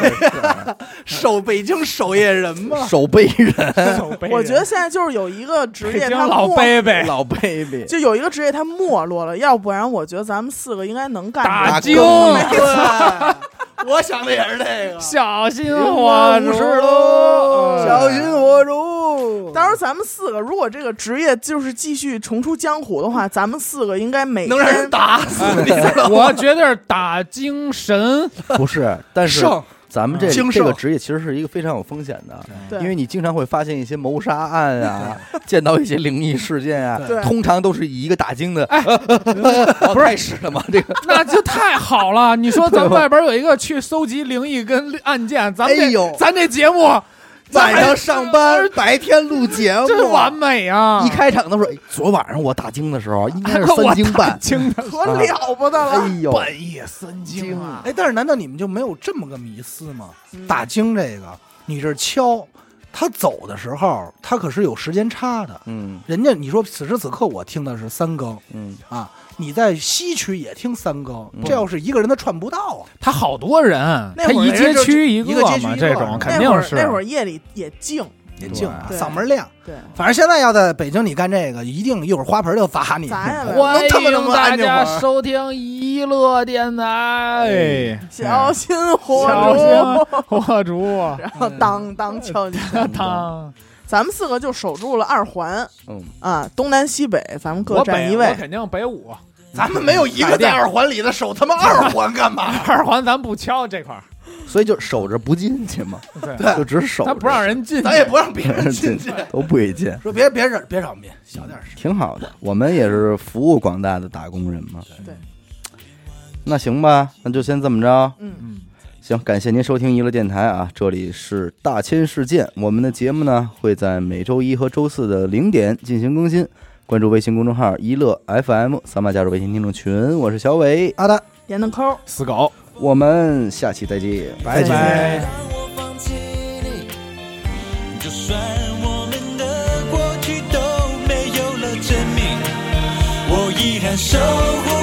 S4: 守北京守夜人 嘛，
S1: 守杯人，
S2: 手背人
S3: 我觉得现在就是有一个职
S2: 北
S3: 业，
S2: 京
S3: 他
S2: 老
S3: 没
S2: 贝贝
S1: 老 baby，
S3: 就有一个职业他没落了，要不然我觉得咱们四个应该能干
S2: 打
S3: 这个
S2: 精，
S4: 对，我想的也是这个，
S2: 小心火
S1: 五
S2: 烛
S1: 十喽
S4: 小心火烛。
S3: 到时候咱们四个如果这个职业就是继续重出江湖的话，咱们四个应该每
S4: 能让人
S3: 天
S4: 打死你知道吗？
S2: 哎我觉得是打精神，
S1: 不是，但是
S4: 胜
S1: 咱们这
S4: 精
S1: 这
S4: 瘦
S1: 个职业其实是一个非常有风险的，
S3: 对
S1: 因为你经常会发现一些谋杀案啊， 见到一些灵异事件啊，
S3: 对
S1: 通常都是以一个打更的， 哦不是是什么这个，
S2: 那就太好了。你说咱们
S1: 对吧
S2: 外边有一个去搜集灵异跟案件，咱们
S1: 哎
S2: 这
S1: 呦
S2: 咱这节目
S1: 晚上上班，白天录节目，
S2: 真完。美啊！
S1: 一开场的时候，哎昨晚上我打更的时候应该是 三更半，
S2: 精的
S3: 可了不得
S1: 哎
S3: 了。
S1: 呦，
S2: 半夜三更啊！
S4: 哎，但是难道你们就没有这么个迷思吗？打经这个，你这敲，他走的时候，他可是有时间差的。
S1: 嗯
S4: 人家你说此时此刻我听的是三更
S1: 嗯，
S4: 啊，你在西区也听三更
S1: 嗯，
S4: 这要是一个人他串不到啊。
S2: 他好多人，
S3: 那
S2: 他
S3: 会儿
S2: 一街区
S4: 一
S2: 个
S4: 个街区
S2: 嘛，
S4: 一个
S2: 这种肯
S3: 那会
S2: 定
S3: 儿
S2: 是
S3: 那会儿夜里也静，
S4: 也静啊，
S3: 对
S4: 嗓门亮。
S3: 对，
S2: 嗯
S4: 反正现在要在北京你干这个，一定一会儿花盆就砸你。
S3: 砸 下来
S4: 能
S2: 欢
S4: 他妈能
S2: 迎大
S4: 安静会
S2: 家
S4: 儿？
S2: 收听娱乐电台，
S3: 小心火
S2: 小
S3: 烛，
S2: 心火烛啊，
S3: 然后当当敲击。
S2: 嗯当
S3: 咱们四个就守住了二环，
S1: 嗯
S3: 啊，东南西北咱们各
S2: 我
S3: 占
S2: 北
S3: 一
S2: 我
S3: 位。
S2: 肯定北五
S4: 咱们没有一个在二环里的，守他妈二环干 嘛？
S2: 二环，咱不敲这块儿，
S1: 所以就守着不进去嘛，
S2: 对
S4: 对
S1: 就只守着，
S2: 他不让人进去，
S4: 咱也不让别人进去。
S1: 都不给进，
S4: 说别别惹别扰民，小点声。
S1: 挺好的。我们也是服务广大的打工人嘛。
S3: 对，
S1: 那行吧，那就先这么着。
S3: 嗯，
S1: 行，感谢您收听娱乐电台啊，这里是大千世界。我们的节目呢会在每周一和周四的零点进行更新，关注微信公众号“一乐 FM”，扫码加入微信听众群。我是小伟，
S4: 阿丹，
S3: 点灯抠。
S2: 死狗。
S1: 我们下期再见，
S4: 拜
S3: 拜拜
S5: 让我放弃你，就算我们的过去都没有了证明，我依然守护 Oh